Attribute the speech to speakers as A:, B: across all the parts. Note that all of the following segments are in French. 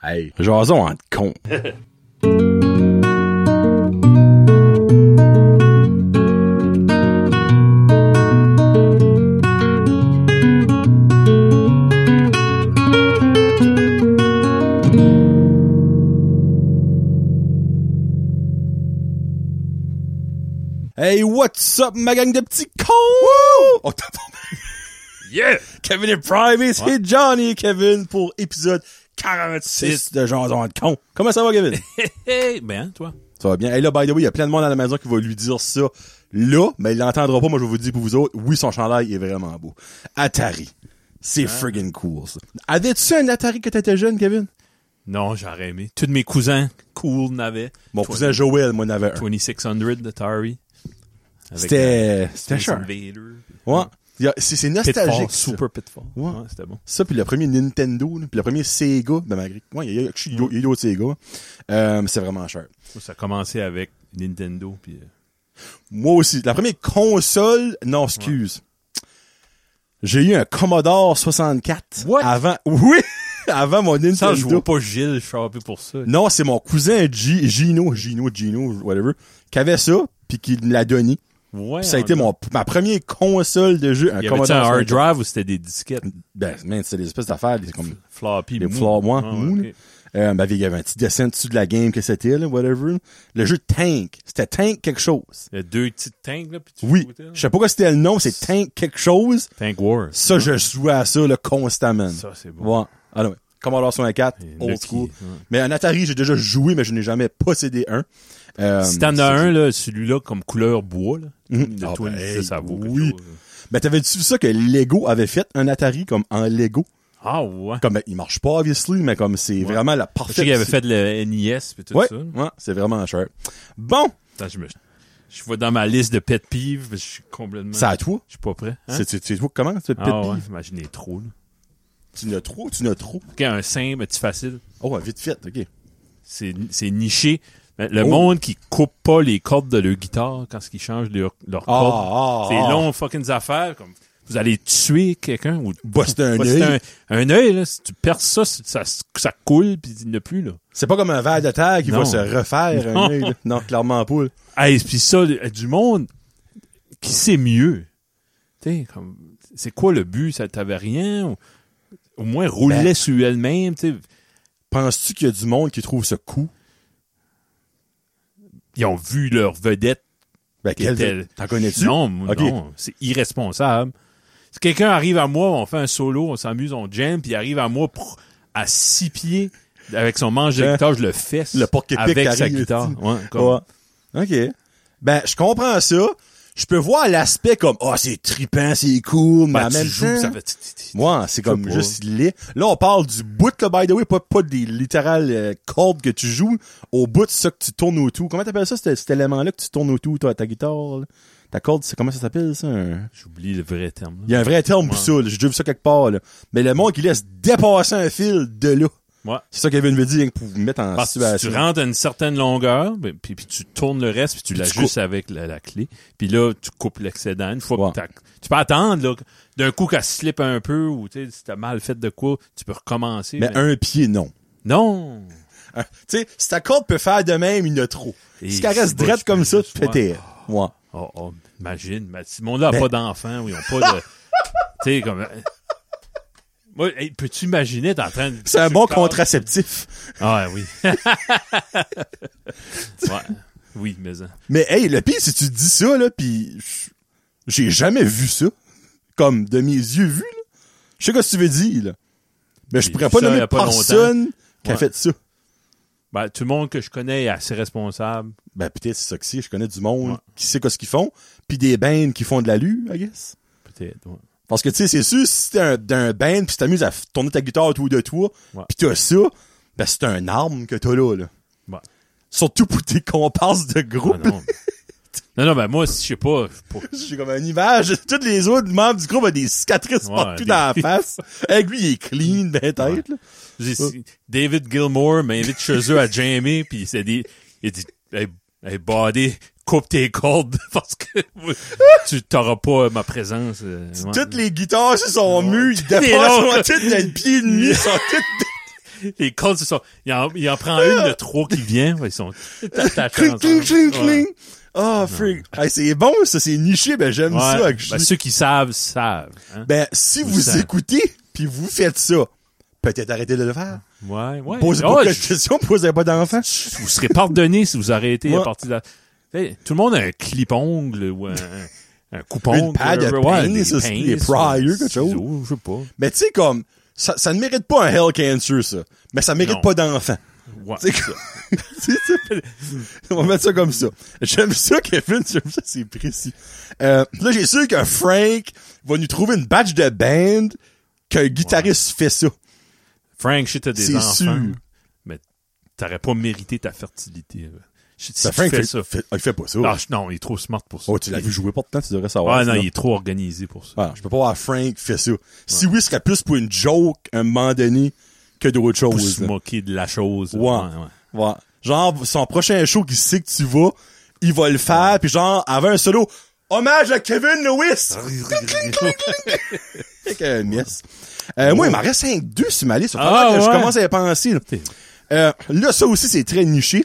A: Hey, jason en con. Hey, what's up, ma gang de petits cons? Oh, On t'entend-
B: Yeah!
A: Kevin et Private, c'est Johnny et Kevin pour épisode 46 de Jason de con. Comment ça va, Kevin?
B: Hey, ben, toi.
A: ça va bien. Et là, by the way, il y a plein de monde à la maison qui va lui dire ça là, mais il l'entendra pas. Moi, je vais vous le dire pour vous autres. Oui, son chandail est vraiment beau. Atari. C'est friggin' cool, ça. Avais-tu un Atari quand t'étais jeune, Kevin?
B: Non, j'aurais aimé. Tous mes cousins cool n'avaient.
A: Mon
B: Tw-
A: cousin Joël, moi, en avait un.
B: 2600 d'Atari. Avec, euh,
A: C'était, c'était
B: Space
A: cher.
B: Invader.
A: Ouais. Il y a- C'est c'est
B: Pitfall,
A: nostalgique. ça.
B: Super Pitfall.
A: Ouais.
B: Ouais, c'était bon.
A: Ça, puis le premier Nintendo, là, puis le premier Sega, ben, malgré. Ouais, il y a, je suis- il y a, il y a d'autres Sega. Euh, c'est vraiment cher.
B: Moi, Ça a commencé avec Nintendo, puis euh,
A: Moi aussi. La première console, non, excuse. J'ai eu un Commodore 64.
B: What?
A: Avant, oui! Avant mon Nintendo.
B: Ça, je vois pas Gilles Sharpie pour ça.
A: Non, c'est mon cousin G- Gino, Gino, Gino, whatever, qui avait ça, puis qui me l'a donné.
B: Ouais.
A: Puis ça a été
B: on-
A: mon, ma première console de jeu, un
B: Il y avait
A: Commodore
B: un hard
A: 64.
B: drive ou c'était des disquettes
A: Ben, man, c'est des espèces d'affaires, des- comme,
B: floppy?
A: des
B: mou.
A: fleurs, moi,
B: Ah, ouais,
A: mou, là.
B: ok.
A: Euh, ben, il y avait un petit dessin dessus de la game que c'était, là, whatever. Le jeu Tank. C'était Tank quelque chose.
B: Il y a deux petites tanks, là, puis tu
A: Oui.
B: shootais, là.
A: Je sais pas quoi c'était le nom, c'est Tank quelque chose.
B: Tank War.
A: Ça, je jouais à ça, là, constamment.
B: Ça, c'est bon.
A: Ouais. Ah, non, ouais. Commodore 64,
B: Et
A: old
B: Lucky,
A: school.
B: ouais.
A: Mais un Atari, j'ai déjà joué, mais je n'ai jamais possédé un. Euh,
B: Si t'en
A: ça,
B: as un, là, celui-là, comme couleur bois, là,
A: Mhm.
B: de
A: Ah
B: Twin,
A: ben,
B: ça, ça vaut quelque
A: oui.
B: chose.
A: Ben, t'avais-tu vu ça que Lego avait fait un Atari comme en Lego?
B: Ah ouais.
A: Comme, ben, il marche pas, obviously, mais comme c'est vraiment la
B: Je
A: parfaite.
B: sais qu'il avait fait le NES et tout
A: Ouais,
B: ça.
A: ouais, c'est vraiment cher. Bon,
B: Attends, je me... Je vois dans ma liste de pet peeves, je suis complètement...
A: c'est à toi.
B: Je suis pas prêt. Hein?
A: C'est, c'est, c'est toi qui commence, tu
B: Ah ouais, imaginez trop. Là.
A: Tu n'as trop, tu n'as trop.
B: Ok, un simple, petit facile.
A: Oh, vite fait, ok.
B: C'est c'est niché. Mais Le
A: Oh.
B: monde qui coupe pas les cordes de leur guitare quand ils changent leur, leur
A: Ah,
B: corde.
A: ah,
B: C'est
A: ah.
B: long fucking affaires. Comme vous allez tuer quelqu'un ou
A: Bah, c'est un
B: Bah,
A: œil.
B: c'est un, un œil, là, si tu perds ça, c'est- ça, ça coule puis il n'y en a plus, là.
A: C'est pas comme un verre de terre qui va
B: Non.
A: se refaire un
B: Non.
A: œil, là. Non, clairement pas. là.
B: Hey, puis ça, le- du monde qui sait mieux. T'sais, comme, c'est quoi le but? Ça t'avait rien? Ou- au moins, roulait
A: Ben.
B: sur elle-même, t'sais.
A: Penses-tu qu'il y a du monde qui trouve ce coup?
B: Ils ont vu leur vedette.
A: Ben,
B: qui
A: quel-
B: était-
A: T'en connais-tu?
B: Non, moi,
A: Ok.
B: non. C'est irresponsable. Si quelqu'un arrive à moi, on fait un solo, on s'amuse, on jam, puis il arrive à moi prr, à six pieds avec son manche de
A: Hein?
B: guitare, je le fesse
A: Le porc-épic
B: avec sa
A: arrive,
B: guitare.
A: tu-
B: Ouais, comme-
A: Ouais. OK. Ben, je comprends ça. Je peux voir l'aspect comme, ah, c'est trippant, c'est cool, mais
B: Ben,
A: en
B: tu
A: même
B: joues,
A: temps...
B: ça fait tit, tit, tit.
A: Ouais, c'est comme
B: pas.
A: juste laid. Là, on parle du bout, là, by the way, pas, pas des littérales euh, cordes que tu joues, au bout de ça que tu tournes autour. Comment t'appelles ça, cet, cet élément-là que tu tournes autour, toi, ta guitare, là? Ta corde, c'est comment ça s'appelle, ça? un-
B: J'oublie le vrai terme. là.
A: Il y a un vrai terme pour ça, là. j'ai déjà vu ça quelque part, là. Mais le monde qui laisse dépasser un fil de là.
B: Ouais.
A: C'est ça Kevin veut dire, pour vous mettre en
B: Parce que tu
A: situation.
B: rentres à une certaine longueur, ben, puis, puis tu tournes le reste, puis tu
A: Puis tu
B: l'ajustes avec la, la clé. Puis là, tu coupes l'excédent. Une fois
A: Ouais.
B: que t'as- tu peux attendre, là, d'un coup qu'elle slip un peu, ou tu sais, si t'as mal fait de quoi, tu peux recommencer.
A: Mais
B: mais-
A: un pied, non.
B: Non!
A: Hein, Tu sais, si ta corde peut faire de même, il y en a trop.
B: Et
A: Si qu'elle reste
B: c'est bon,
A: drette
B: je
A: comme
B: peux
A: ça, tu
B: juste-
A: pétais. Ouais.
B: Oh, oh, imagine. Mais si mon là a
A: Ben-
B: pas d'enfants, ou ils ont pas de... tu sais, comme... euh, Moi, hey, peux-tu imaginer, t'es en train de...
A: C'est un bon
B: sur le corps-
A: contraceptif.
B: Ah, oui. ouais. Oui, mais... hein.
A: Mais hey, le pire, si tu dis ça, là, pis j- j'ai jamais vu ça. Comme de mes yeux vus, là. Je sais pas ce que tu veux dire, là. Mais je
B: J'ai
A: pourrais
B: vu
A: pas
B: ça il y
A: nommer
B: a pas
A: personne qui a
B: Ouais.
A: fait ça.
B: Ben, tout le monde que je connais est assez responsable.
A: Ben, peut-être c'est ça que c'est. Je connais du monde
B: Ouais.
A: qui sait quoi ce qu'ils font. Puis des bands qui font de la lue, I guess.
B: Peut-être, ouais.
A: Parce que, tu sais, c'est sûr, si t'es un, d'un band pis t'amuses à f- tourner ta guitare autour de toi,
B: Ouais.
A: pis t'as ça, ben, c'est un arme que t'as là, là.
B: Ouais.
A: Surtout pour tes comparses de
B: Ah,
A: groupe.
B: non. non, non, ben moi, si je sais pas. je sais pas.
A: J'ai comme une image. Toutes les autres membres du groupe ont des cicatrices
B: Ouais,
A: partout
B: des-
A: dans la face. Avec lui, il est clean, ben tête, là.
B: Je dis, si David Gilmore m'invite chez eux à jammer, puis il dit, il dit hey, hey, Buddy, coupe tes cordes parce que tu t'auras pas ma présence. euh, ouais.
A: Toutes les guitares sur son mur, ils
B: les
A: dépassent
B: longs.
A: toutes d'un pied et demi, ils sont toutes
B: les cordes, ils sont, il en, il en prend une de trois qui vient. Ils sont attachés
A: Cling, cling, cling,
B: ensemble. Ouais.
A: cling. Ah, freak. Hey, c'est bon, ça, c'est niché, ben j'aime
B: Ouais.
A: ça. que je-
B: Ben, ceux qui savent, savent. Hein?
A: Ben, si
B: Ou
A: vous
B: ça.
A: écoutez, puis vous faites ça, peut-être arrêtez de le faire.
B: ouais, ouais.
A: Posez
B: Oh,
A: pas de
B: je-
A: questions, posez pas d'enfants.
B: vous serez pardonné si vous arrêtez
A: Ouais.
B: à partir de la... Hey, Tout le monde a un clip-ongle ou un, un coupongle.
A: Une paille de
B: ouais,
A: pinces,
B: des
A: ça, c'est
B: pinces,
A: des priors, quelque chose.
B: ciseaux, Je sais pas.
A: Mais tu sais, comme, ça, ça ne mérite pas un Hell Cancer, ça. Mais ça mérite
B: Non.
A: pas d'enfants.
B: Ouais.
A: C'est comme- C'est ça. On va mettre ça comme ça. J'aime ça, Kevin. J'aime ça, c'est précis. Euh, là, j'ai sûr que Frank va nous trouver une batch de band qu'un guitariste fait ça.
B: Frank, je sais, t'as des
A: C'est
B: enfants.
A: sûr.
B: Mais t'aurais pas mérité ta fertilité. là. Je sais, si
A: Ça,
B: tu
A: Ben, Frank
B: fais
A: fait,
B: ça.
A: fait- ah, il fait pas ça.
B: Ah, je- non, il est trop smart pour ça.
A: oh, tu l'as vu jouer pas de temps, tu devrais savoir.
B: Ah non,
A: ça.
B: il est trop organisé pour ça.
A: Ah, je peux pas voir Frank fait ça. Si oui, ce serait plus pour une joke à un moment donné que d'autres
B: Pour
A: choses.
B: se
A: là.
B: moquer de la chose. là.
A: Ouais.
B: Ouais, ouais.
A: Ouais. Genre, son prochain show qu'il sait que tu vas, il va le faire, puis genre, avant un solo, hommage à Kevin Lewis!
B: Ah.
A: Avec un miss. Euh, Moi, il m'en reste 5-2 sur ma liste. Il va
B: Ah,
A: falloir que
B: ouais.
A: je commence à y penser. Là. Euh, là, ça aussi, c'est très niché.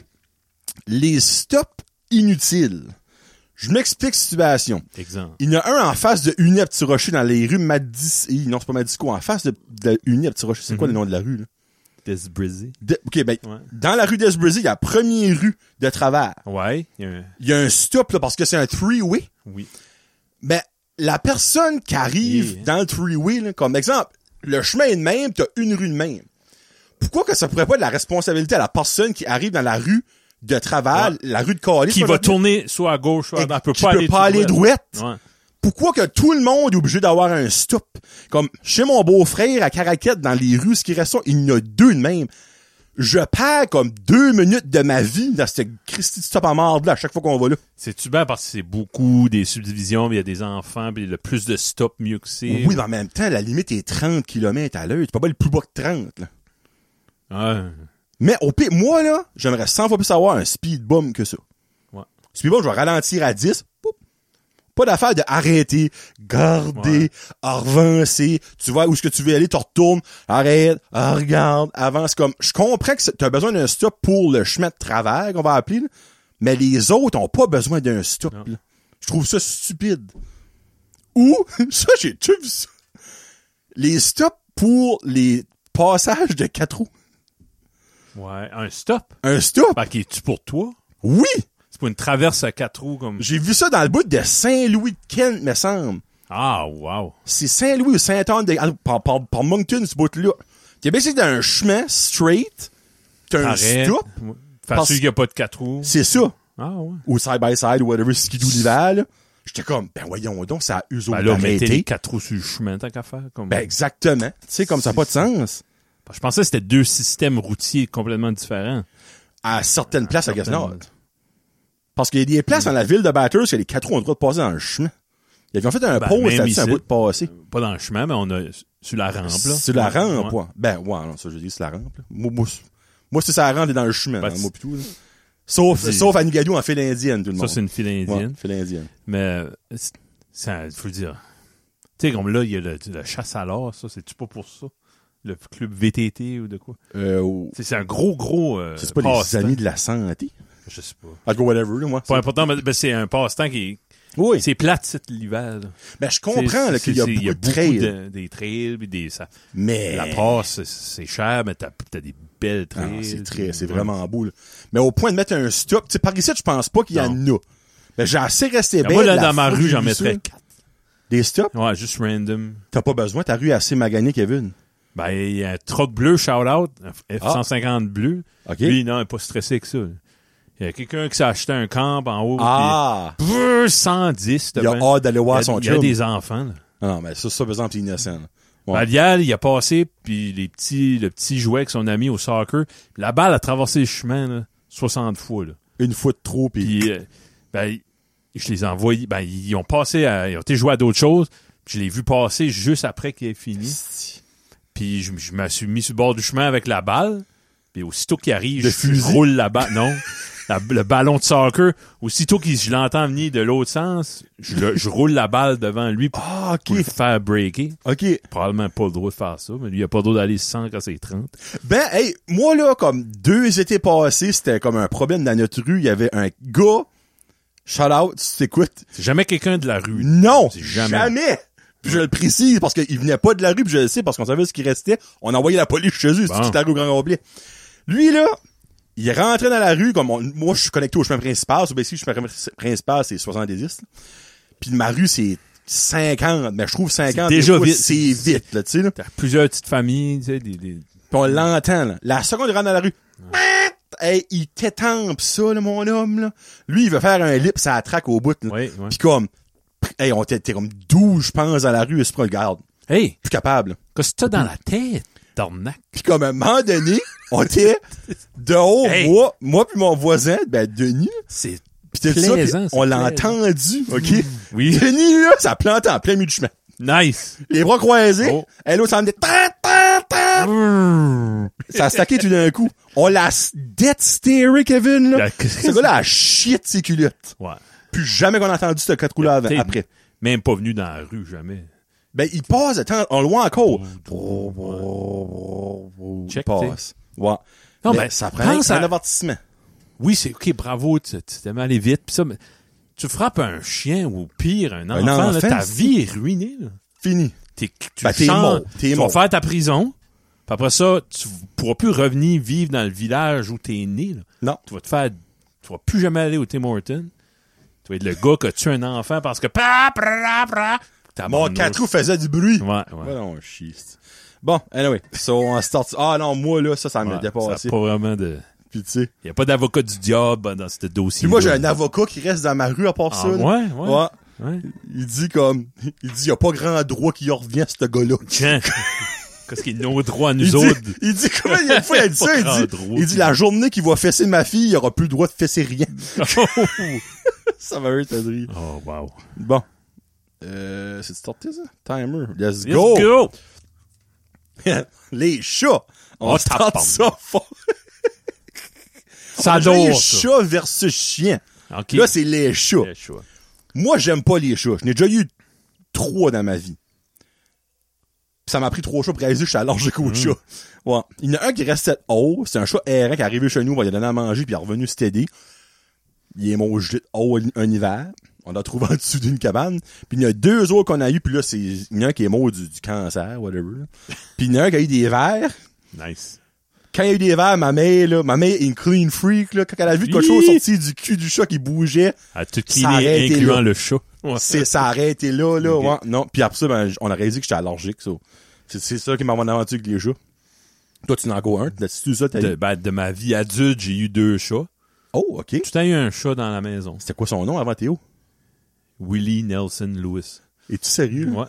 A: Les stops inutiles. Je m'explique situation.
B: Exemple.
A: Il y en a un en face de Uni à Petit Rocher dans les rues Madis... eh, Non, c'est pas Madisco. En face de, de Uni à Petit Rocher. C'est quoi le nom de la rue? Là?
B: Des brisé.
A: De- OK, ben,
B: Mm-hmm. Ouais.
A: dans la rue d'Esbrésil, il y a la première rue de travers.
B: Ouais. il y a un-
A: Il y a un stop là, parce que c'est un three-way.
B: Oui.
A: Ben, la personne qui arrive
B: Yeah.
A: dans le three-way, là, comme exemple, le chemin est de même, t'as une rue de même. Pourquoi que ça pourrait pas être la responsabilité à la personne qui arrive dans la rue de travers,
B: Ouais.
A: la rue de Calis,
B: Qui va tourner soit à gauche, soit à droite. Elle
A: qui peut pas aller
B: tout
A: droite.
B: droit. Ouais.
A: Pourquoi que tout le monde est obligé d'avoir un stop? Comme chez mon beau-frère à Caraquette, dans les rues, ce qui reste, il y en a deux de même. Je perds comme deux minutes de ma vie dans cette Christie de stop à marde là à chaque fois qu'on va là.
B: C'est-tu bien parce que c'est beaucoup des subdivisions, puis il y a des enfants, puis le plus de stops, mieux que c'est.
A: Oui, mais en même temps, la limite est 30 km à l'heure. Tu peux pas aller plus bas que 30. là.
B: Ah,
A: Mais au pire, moi, là, j'aimerais 100 fois plus avoir un speed bump que ça.
B: Ouais.
A: Speed bump, je vais ralentir à 10. poup. Pas d'affaire de arrêter, garder, avancer. Tu vois où est-ce que tu veux aller, tu retournes, arrête, regarde, avance. Comme, je comprends que tu as besoin d'un stop pour le chemin de travers, qu'on va appeler, là, mais les autres ont pas besoin d'un stop.
B: Non.
A: là. Je trouve ça stupide. Ou, ça, j'ai tout vu ça. Les stops pour les passages de quatre roues.
B: ouais. Un stop.
A: Un stop?
B: Fait qu'il est-tu pour toi?
A: Oui!
B: C'est pour une traverse à quatre roues comme.
A: J'ai vu ça dans le bout de Saint-Louis de Kent, me semble.
B: Ah, wow.
A: C'est Saint-Louis ou Saint-Anne de, ah, par, par, par Moncton, ce bout-là. T'es bien, c'est dans un chemin straight, t'as un
B: Arrête.
A: stop,
B: Ouais. Fait
A: Parce-
B: celui qui a pas de quatre roues.
A: c'est ça.
B: Ah, ouais.
A: Ou side-by-side, ou whatever, skidoo l'hiver, là. J'étais comme, ben voyons donc, ça a usé
B: Ben là, mettez les quatre roues sur le chemin, tant qu'à faire. Comme...
A: Ben exactement. Tu sais, comme ça n'a pas de sens.
B: je pensais que c'était deux systèmes routiers complètement différents.
A: À certaines places à Gasnard.
B: certaines-
A: Parce qu'il y a des places dans la ville de Batters que les quatre roues ont le droit de passer dans le chemin. Ils avaient fait un
B: Ben,
A: pause
B: même
A: là-dessus, un
B: ici.
A: bout de passer.
B: Pas dans le chemin, mais on a sur la rampe. Là.
A: C'est la rampe,
B: Ouais.
A: ouais. Ben, ouais, non, ça, je dis, c'est la rampe. là. Moi, moi, c'est- moi, c'est la rampe, et dans le chemin,
B: Ben,
A: hein,
B: c'est-
A: moi, plutôt. là. Sauf,
B: C'est-
A: sauf Anigadou en file indienne, tout le
B: Ça,
A: monde.
B: c'est une file
A: Ouais,
B: indienne.
A: file indienne.
B: Mais euh, c'est- ça, faut le dire. Tu sais, comme là, il y a le, le chasse à l'or, ça, c'est-tu pas pour ça? Le club VTT ou de quoi?
A: Euh, ou-
B: C'est c'est un gros, gros. euh,
A: c'est pas les
B: passe-temps.
A: amis de la santé?
B: Je sais pas.
A: En tout cas, whatever, là, moi.
B: Pas important, mais ben, c'est un passe-temps qui est.
A: Oui.
B: C'est plate, c'est l'hiver. là.
A: Ben, je
B: C'est-
A: comprends, là,
B: c'est-
A: qu'il y a
B: c'est-
A: beaucoup de trails.
B: de- des trails, puis des. ça-
A: Mais.
B: La passe, c'est- c'est cher, mais t'as as des belles
A: Ah,
B: trails.
A: c'est
B: puis-
A: très, c'est vraiment beau, là. Mais au point de mettre un stop, tu sais, par ici, je pense pas qu'il y en a. Mais j'ai assez resté
B: Ben,
A: bien.
B: moi, là,
A: de la
B: dans ma
A: fois
B: rue,
A: que
B: j'en
A: j'ai vu ça.
B: mettrais quatre.
A: Des stops?
B: Ouais, juste random.
A: T'as pas besoin, ta rue est assez maganée, Kevin.
B: Ben, il y a un troc bleu, shout-out, un F-150 bleu.
A: Ah. OK.
B: Lui, non, il n'est pas stressé que ça. Il y a quelqu'un qui s'est acheté un camp en haut.
A: Ah!
B: puis- euh, Brrr, 110,
A: Il a
B: devant.
A: hâte d'aller
B: Il y
A: voir
B: a,
A: son
B: il y a
A: chum.
B: des enfants. là.
A: Ah Non, mais ça, ça, par exemple, c'est innocent. là. Ouais.
B: Ben, Vial, il a passé, puis les petits, le petit jouait avec son ami au soccer. Puis la balle a traversé le chemin là, 60 fois. Là.
A: Une fois de trop, puis
B: Puis, euh, ben, je les ai envoyés. Ben, ils ont passé à, ils ont été jouer à d'autres choses. Puis je l'ai vu passer juste après qu'il ait fini. Puis je, je me suis mis sur le bord du chemin avec la balle. Puis aussitôt qu'il arrive,
A: De
B: je
A: fusil.
B: roule la balle. Non. la- le ballon de soccer, aussitôt que je l'entends venir de l'autre sens, je, le- je roule la balle devant lui pour,
A: Ah,
B: pour
A: ok.
B: le faire breaker.
A: Ok.
B: Probablement pas le droit de faire ça, mais lui, il a pas le droit d'aller 100 quand c'est 30.
A: Ben, hey, moi, là, comme deux étés passés, c'était comme un problème dans notre rue. Il y avait un gars, shout out, si t'écoutes.
B: C'est jamais quelqu'un de la rue.
A: Non!
B: C'est
A: Jamais!
B: jamais.
A: Puis je le précise parce qu'il venait pas de la rue, puis je le sais parce qu'on savait ce qui restait. On a envoyé la police chez eux,
B: Bon.
A: c'est la rue au grand complet. Lui, là, il rentrait dans la rue, comme on- moi, je suis connecté au chemin principal. Sur BC, le chemin prin- principal, c'est 70. là. Puis ma rue, c'est 50. Mais je trouve 50,
B: déjà
A: des fois,
B: vite.
A: c'est vite, là, tu sais, là.
B: T'as plusieurs petites familles, tu sais, des, des-
A: Puis on l'entend, là. La seconde, il rentre dans la rue. Hey, il t'étampe ça, là, mon homme, là. Lui, il veut faire un lip, ça attraque au bout, là.
B: Ouais, ouais.
A: Puis comme, hey, on était t'es comme 12, je pense, dans la rue, et c'est pas regarde,
B: Hey,
A: plus capable. là.
B: qu'est-ce que t'as dans la tête, Dornac?
A: Puis comme, à un moment donné, on était de haut,
B: Hey.
A: moi, moi puis mon voisin, ben, Denis,
B: C'est
A: puis t'es ça, puis
B: Plaisant, c'est
A: on l'a
B: plaisant. Mm.
A: entendu, ok?
B: Oui.
A: Denis, là, ça plante en plein milieu du chemin.
B: nice.
A: Les bras croisés,
B: Oh.
A: et l'autre s'en venait, Tan, tan, tan. ça a stacké tout d'un coup. On l'a s- dead steeré, Kevin, là.
B: La-
A: Ce gars-là a chié de ses culottes.
B: Ouais.
A: Plus jamais qu'on a entendu ce quatre coups-là
B: T'es
A: Ben, après.
B: Même pas venu dans la rue, jamais.
A: Ben, il passe de temps en loin encore.
B: Check,
A: il passe. Ouais.
B: Non,
A: mais
B: ben,
A: ça prend un
B: pense à-
A: avertissement.
B: Oui, c'est OK, bravo, tu tu t'es allé vite, pis ça, mais tu frappes un chien ou pire, un enfant, là,
A: enfant,
B: ta
A: c'est-
B: vie est ruinée. Là.
A: Fini.
B: T'es, tu
A: Ben, t'es
B: changes,
A: mort, t'es
B: tu
A: mort.
B: vas faire ta prison, puis après ça, tu pourras plus revenir vivre dans le village où t'es né. là.
A: Non.
B: Tu vas te faire... Tu vas plus jamais aller au Tim Horton. Tu vas être le gars qui a tué un enfant parce que... Pa, pra, pra, pra, t'as
A: Mon quatre roues faisait du bruit.
B: Ah, Ouais,
A: Ouais,
B: ouais.
A: on chie. c'est- Bon, anyway. So, on start. Ah non, moi, là, ça, ça m'a
B: Ouais, ça
A: dépassé.
B: a pas vraiment de...
A: Puis, tu sais.
B: Il n'y a pas d'avocat du diable ben, dans ce dossier.
A: Puis moi, j'ai un avocat qui reste dans ma rue à part
B: Ah,
A: ça. là.
B: ouais, ouais.
A: Ouais.
B: ouais.
A: Il dit comme, il dit, y a pas grand droit qui y revient, ce gars-là.
B: Tiens. Qu'est-ce qu'il y a de nos droits,
A: Il
B: nous
A: dit,
B: autres?
A: il dit, comment il y a une fois, il a dit ça, il
B: Pas
A: dit,
B: grand
A: il dit, la journée qu'il va fesser ma fille, il aura plus le droit de fesser rien.
B: oh,
A: ça m'a eu de rire.
B: wow.
A: Bon. Euh, c'est sorti ça? Timer. Let's,
B: Let's
A: go!
B: go!
A: les chats! On,
B: On
A: starte
B: tape.
A: ça fort!
B: Ça
A: les
B: dort, ça.
A: chats versus chiens.
B: OK. Eh,
A: Là, c'est les chats.
B: Le choix.
A: Moi, j'aime pas les chats. Je n'ai déjà eu trois dans ma vie. Puis ça m'a pris trois chats pour réaliser que je suis à l'âge de coach chat. Ouais. Il y en a un qui restait haut. C'est un chat errant qui est arrivé chez nous. On lui a donné à manger puis il est revenu s'aider. Il est mon gelé de haut un hiver. On l'a trouvé en dessous d'une cabane. Puis il y en a deux autres qu'on a eu. Puis là, c'est, il y en a un qui est mort du, du cancer, whatever. là. Puis il y en a un qui a eu des verres.
B: Nice.
A: Quand il y a eu des verres, ma mère, là, ma mère est une clean freak, là. Quand elle a vu quelque chose
B: Hi!
A: sortir du cul du chat qui bougeait,
B: À tout
A: Ça a
B: cleaner,
A: arrêté,
B: incluant
A: là.
B: le chat. Ouais.
A: c'est ça a arrêté là là
B: Ok.
A: ouais. non puis après ça ben, j- on aurait dit que j'étais allergique ça c'est c'est ça qui m'a mon aventure avec les chats toi tu en as encore un t'as-tu ça t'as
B: De, ben, de ma vie adulte, j'ai eu deux chats.
A: oh ok
B: Tout à eu un chat dans la maison.
A: c'était quoi son nom avant Théo
B: Willie Nelson Lewis.
A: es-tu sérieux là?
B: Ouais.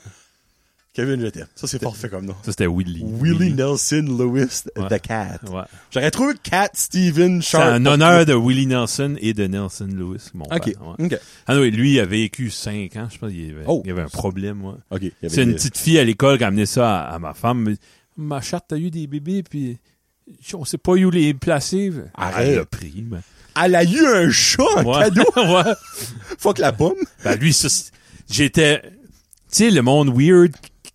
A: Kevin je t'aime ça c'est parfait comme nom
B: Ça, c'était Willie.
A: Willie Nelson Lewis
B: Ouais.
A: the cat
B: Ouais.
A: j'aurais trouvé Cat Steven
B: C'est
A: Sharp
B: un honneur de Willie Nelson et de Nelson Lewis, mon
A: ok
B: père. Ouais.
A: ok
B: Ah non, lui, il a vécu cinq ans, je pense. Il avait,
A: Oh.
B: il avait un problème, ouais.
A: ok Il y avait
B: C'est une
A: des-
B: petite fille à l'école qui a amené ça à, à ma femme. Mais, ma chatte, t'as eu des bébés, puis on sait pas où les placer.
A: Arrête.
B: Elle l'a pris. mais-
A: elle a eu un chat en
B: Ouais.
A: cadeau
B: ouais.
A: fuck la pomme
B: Ben lui, ça, c'est- j'étais... Tu sais, le monde weird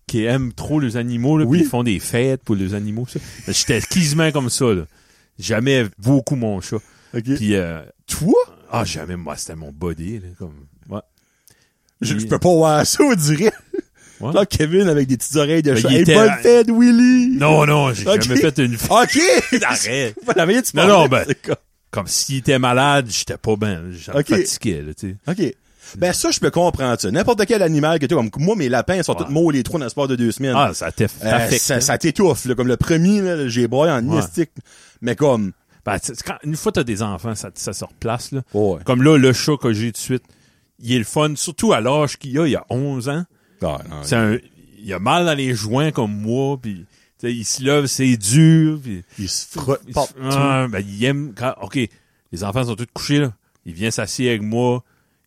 B: qui aime trop les animaux, là,
A: Oui.
B: puis ils font des fêtes pour les animaux. ça. Ben, J'étais quasiment comme ça. Là. J'aimais beaucoup mon chat.
A: ok
B: Puis, euh,
A: toi
B: ah, j'aimais, moi, c'était mon body. Là, comme, ouais.
A: je,
B: Il-
A: je peux pas voir ça on dirait
B: Ouais.
A: là Kevin avec des petites oreilles de
B: Ben,
A: chat
B: il
A: hey
B: était-
A: bonne fête Willie
B: Non, non, j'ai
A: Ok.
B: jamais fait une fête.
A: OK!
B: Arrête.
A: Faut la veiller, tu
B: Non,
A: parles.
B: non, ben-
A: C'est comme-
B: Comme s'il était malade, j'étais pas bien. J'étais
A: Ok.
B: fatigué, là, tu sais.
A: OK. Ben, ça, je peux comprendre ça. N'importe quel animal que tu comme moi, mes lapins, ils sont
B: Ouais.
A: tous maux les trois dans le sport de deux semaines.
B: Ah, ça t'aff-
A: Euh,
B: t'affecte.
A: ça ça t'étouffe, là. Comme le premier, là, j'ai broyé en
B: Ouais.
A: mystique. Mais comme,
B: Ben, tu sais, quand- une fois t'as des enfants, ça, ça se replace. Là.
A: ouais.
B: Comme là, le chat que j'ai tout de suite, il est le fun, surtout à l'âge qu'il a, il a 11 ans.
A: Ah, non,
B: C'est un, il a mal dans les joints comme moi, puis tu sais, il se lève, c'est dur. Puis,
A: il se frotte
B: il, se-
A: partout.
B: Ah, ben, il aime... Quand, OK, les enfants sont tous couchés, là. Il vient s'assied avec moi,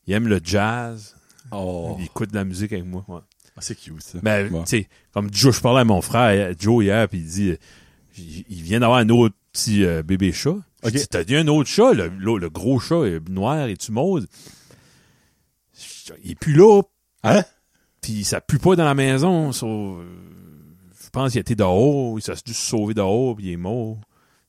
B: il aime le jazz,
A: Oh,
B: il écoute de la musique avec moi. ouais.
A: Ah, c'est cute, ça.
B: Ben,
A: Bon.
B: tu sais, comme Joe, je parlais à mon frère euh, Joe hier, puis il dit, euh, j- il vient d'avoir un autre petit euh, bébé chat. J'ai
A: Ok.
B: dit, T'as dit un autre chat, le, le- le gros chat euh, noir et tu mauve. Il pue là,
A: Hein?
B: puis ça pue pas dans la maison. so- je pense qu'il était dehors, il s'est dû se sauver dehors, puis il est mort.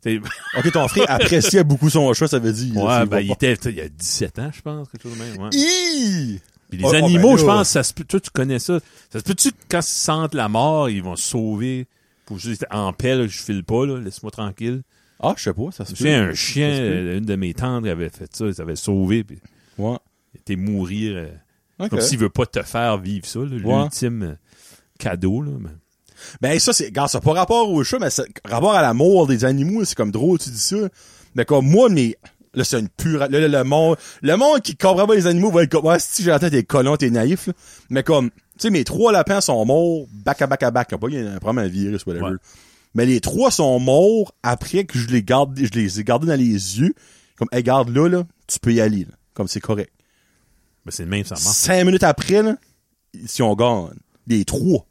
B: T'sais,
A: Ok, ton frère appréciait beaucoup son chat, ça veut dire. là,
B: ouais,
A: c'est
B: ben, il
A: bon.
B: était, t'sais, il y a 17 ans, je pense, quelque chose de même. ouais.
A: Hi!
B: Puis les
A: Oh, oh, ben
B: animaux,
A: là.
B: je pense, ça se peut, toi, tu connais ça. Ça se peut-tu que quand ils sentent la mort, ils vont se sauver pour juste être en paix, là, je file pas, là, laisse-moi tranquille.
A: Ah, je sais pas, ça se
B: Je me
A: fait.
B: souviens, un chien,
A: Ça se peut.
B: euh, une de mes tantes qui avait fait ça, elle s'avait sauvé, puis
A: Ouais.
B: il était mourir. euh,
A: Ok.
B: Comme s'il veut pas te faire vivre ça, là,
A: Ouais.
B: l'ultime euh, cadeau, là. mais-
A: Ben ça c'est regarde, ça a pas rapport au chat mais ça rapport à l'amour des animaux, c'est comme drôle tu dis ça. Mais comme moi mais là c'est une pure là, là, le monde le monde qui comprend pas les animaux va être comme ouais, si j'ai la tête des colons t'es naïf là. Mais comme tu sais mes trois lapins sont morts back à back à back, Ils ont pas eu un problème un virus whatever.
B: Ouais.
A: Mais les trois sont morts après que je les garde je les ai gardés dans les yeux comme hey, garde là là, tu peux y aller là. comme c'est correct.
B: mais c'est le même, ça marche.
A: Cinq minutes après, là, ils sont gone. Les trois.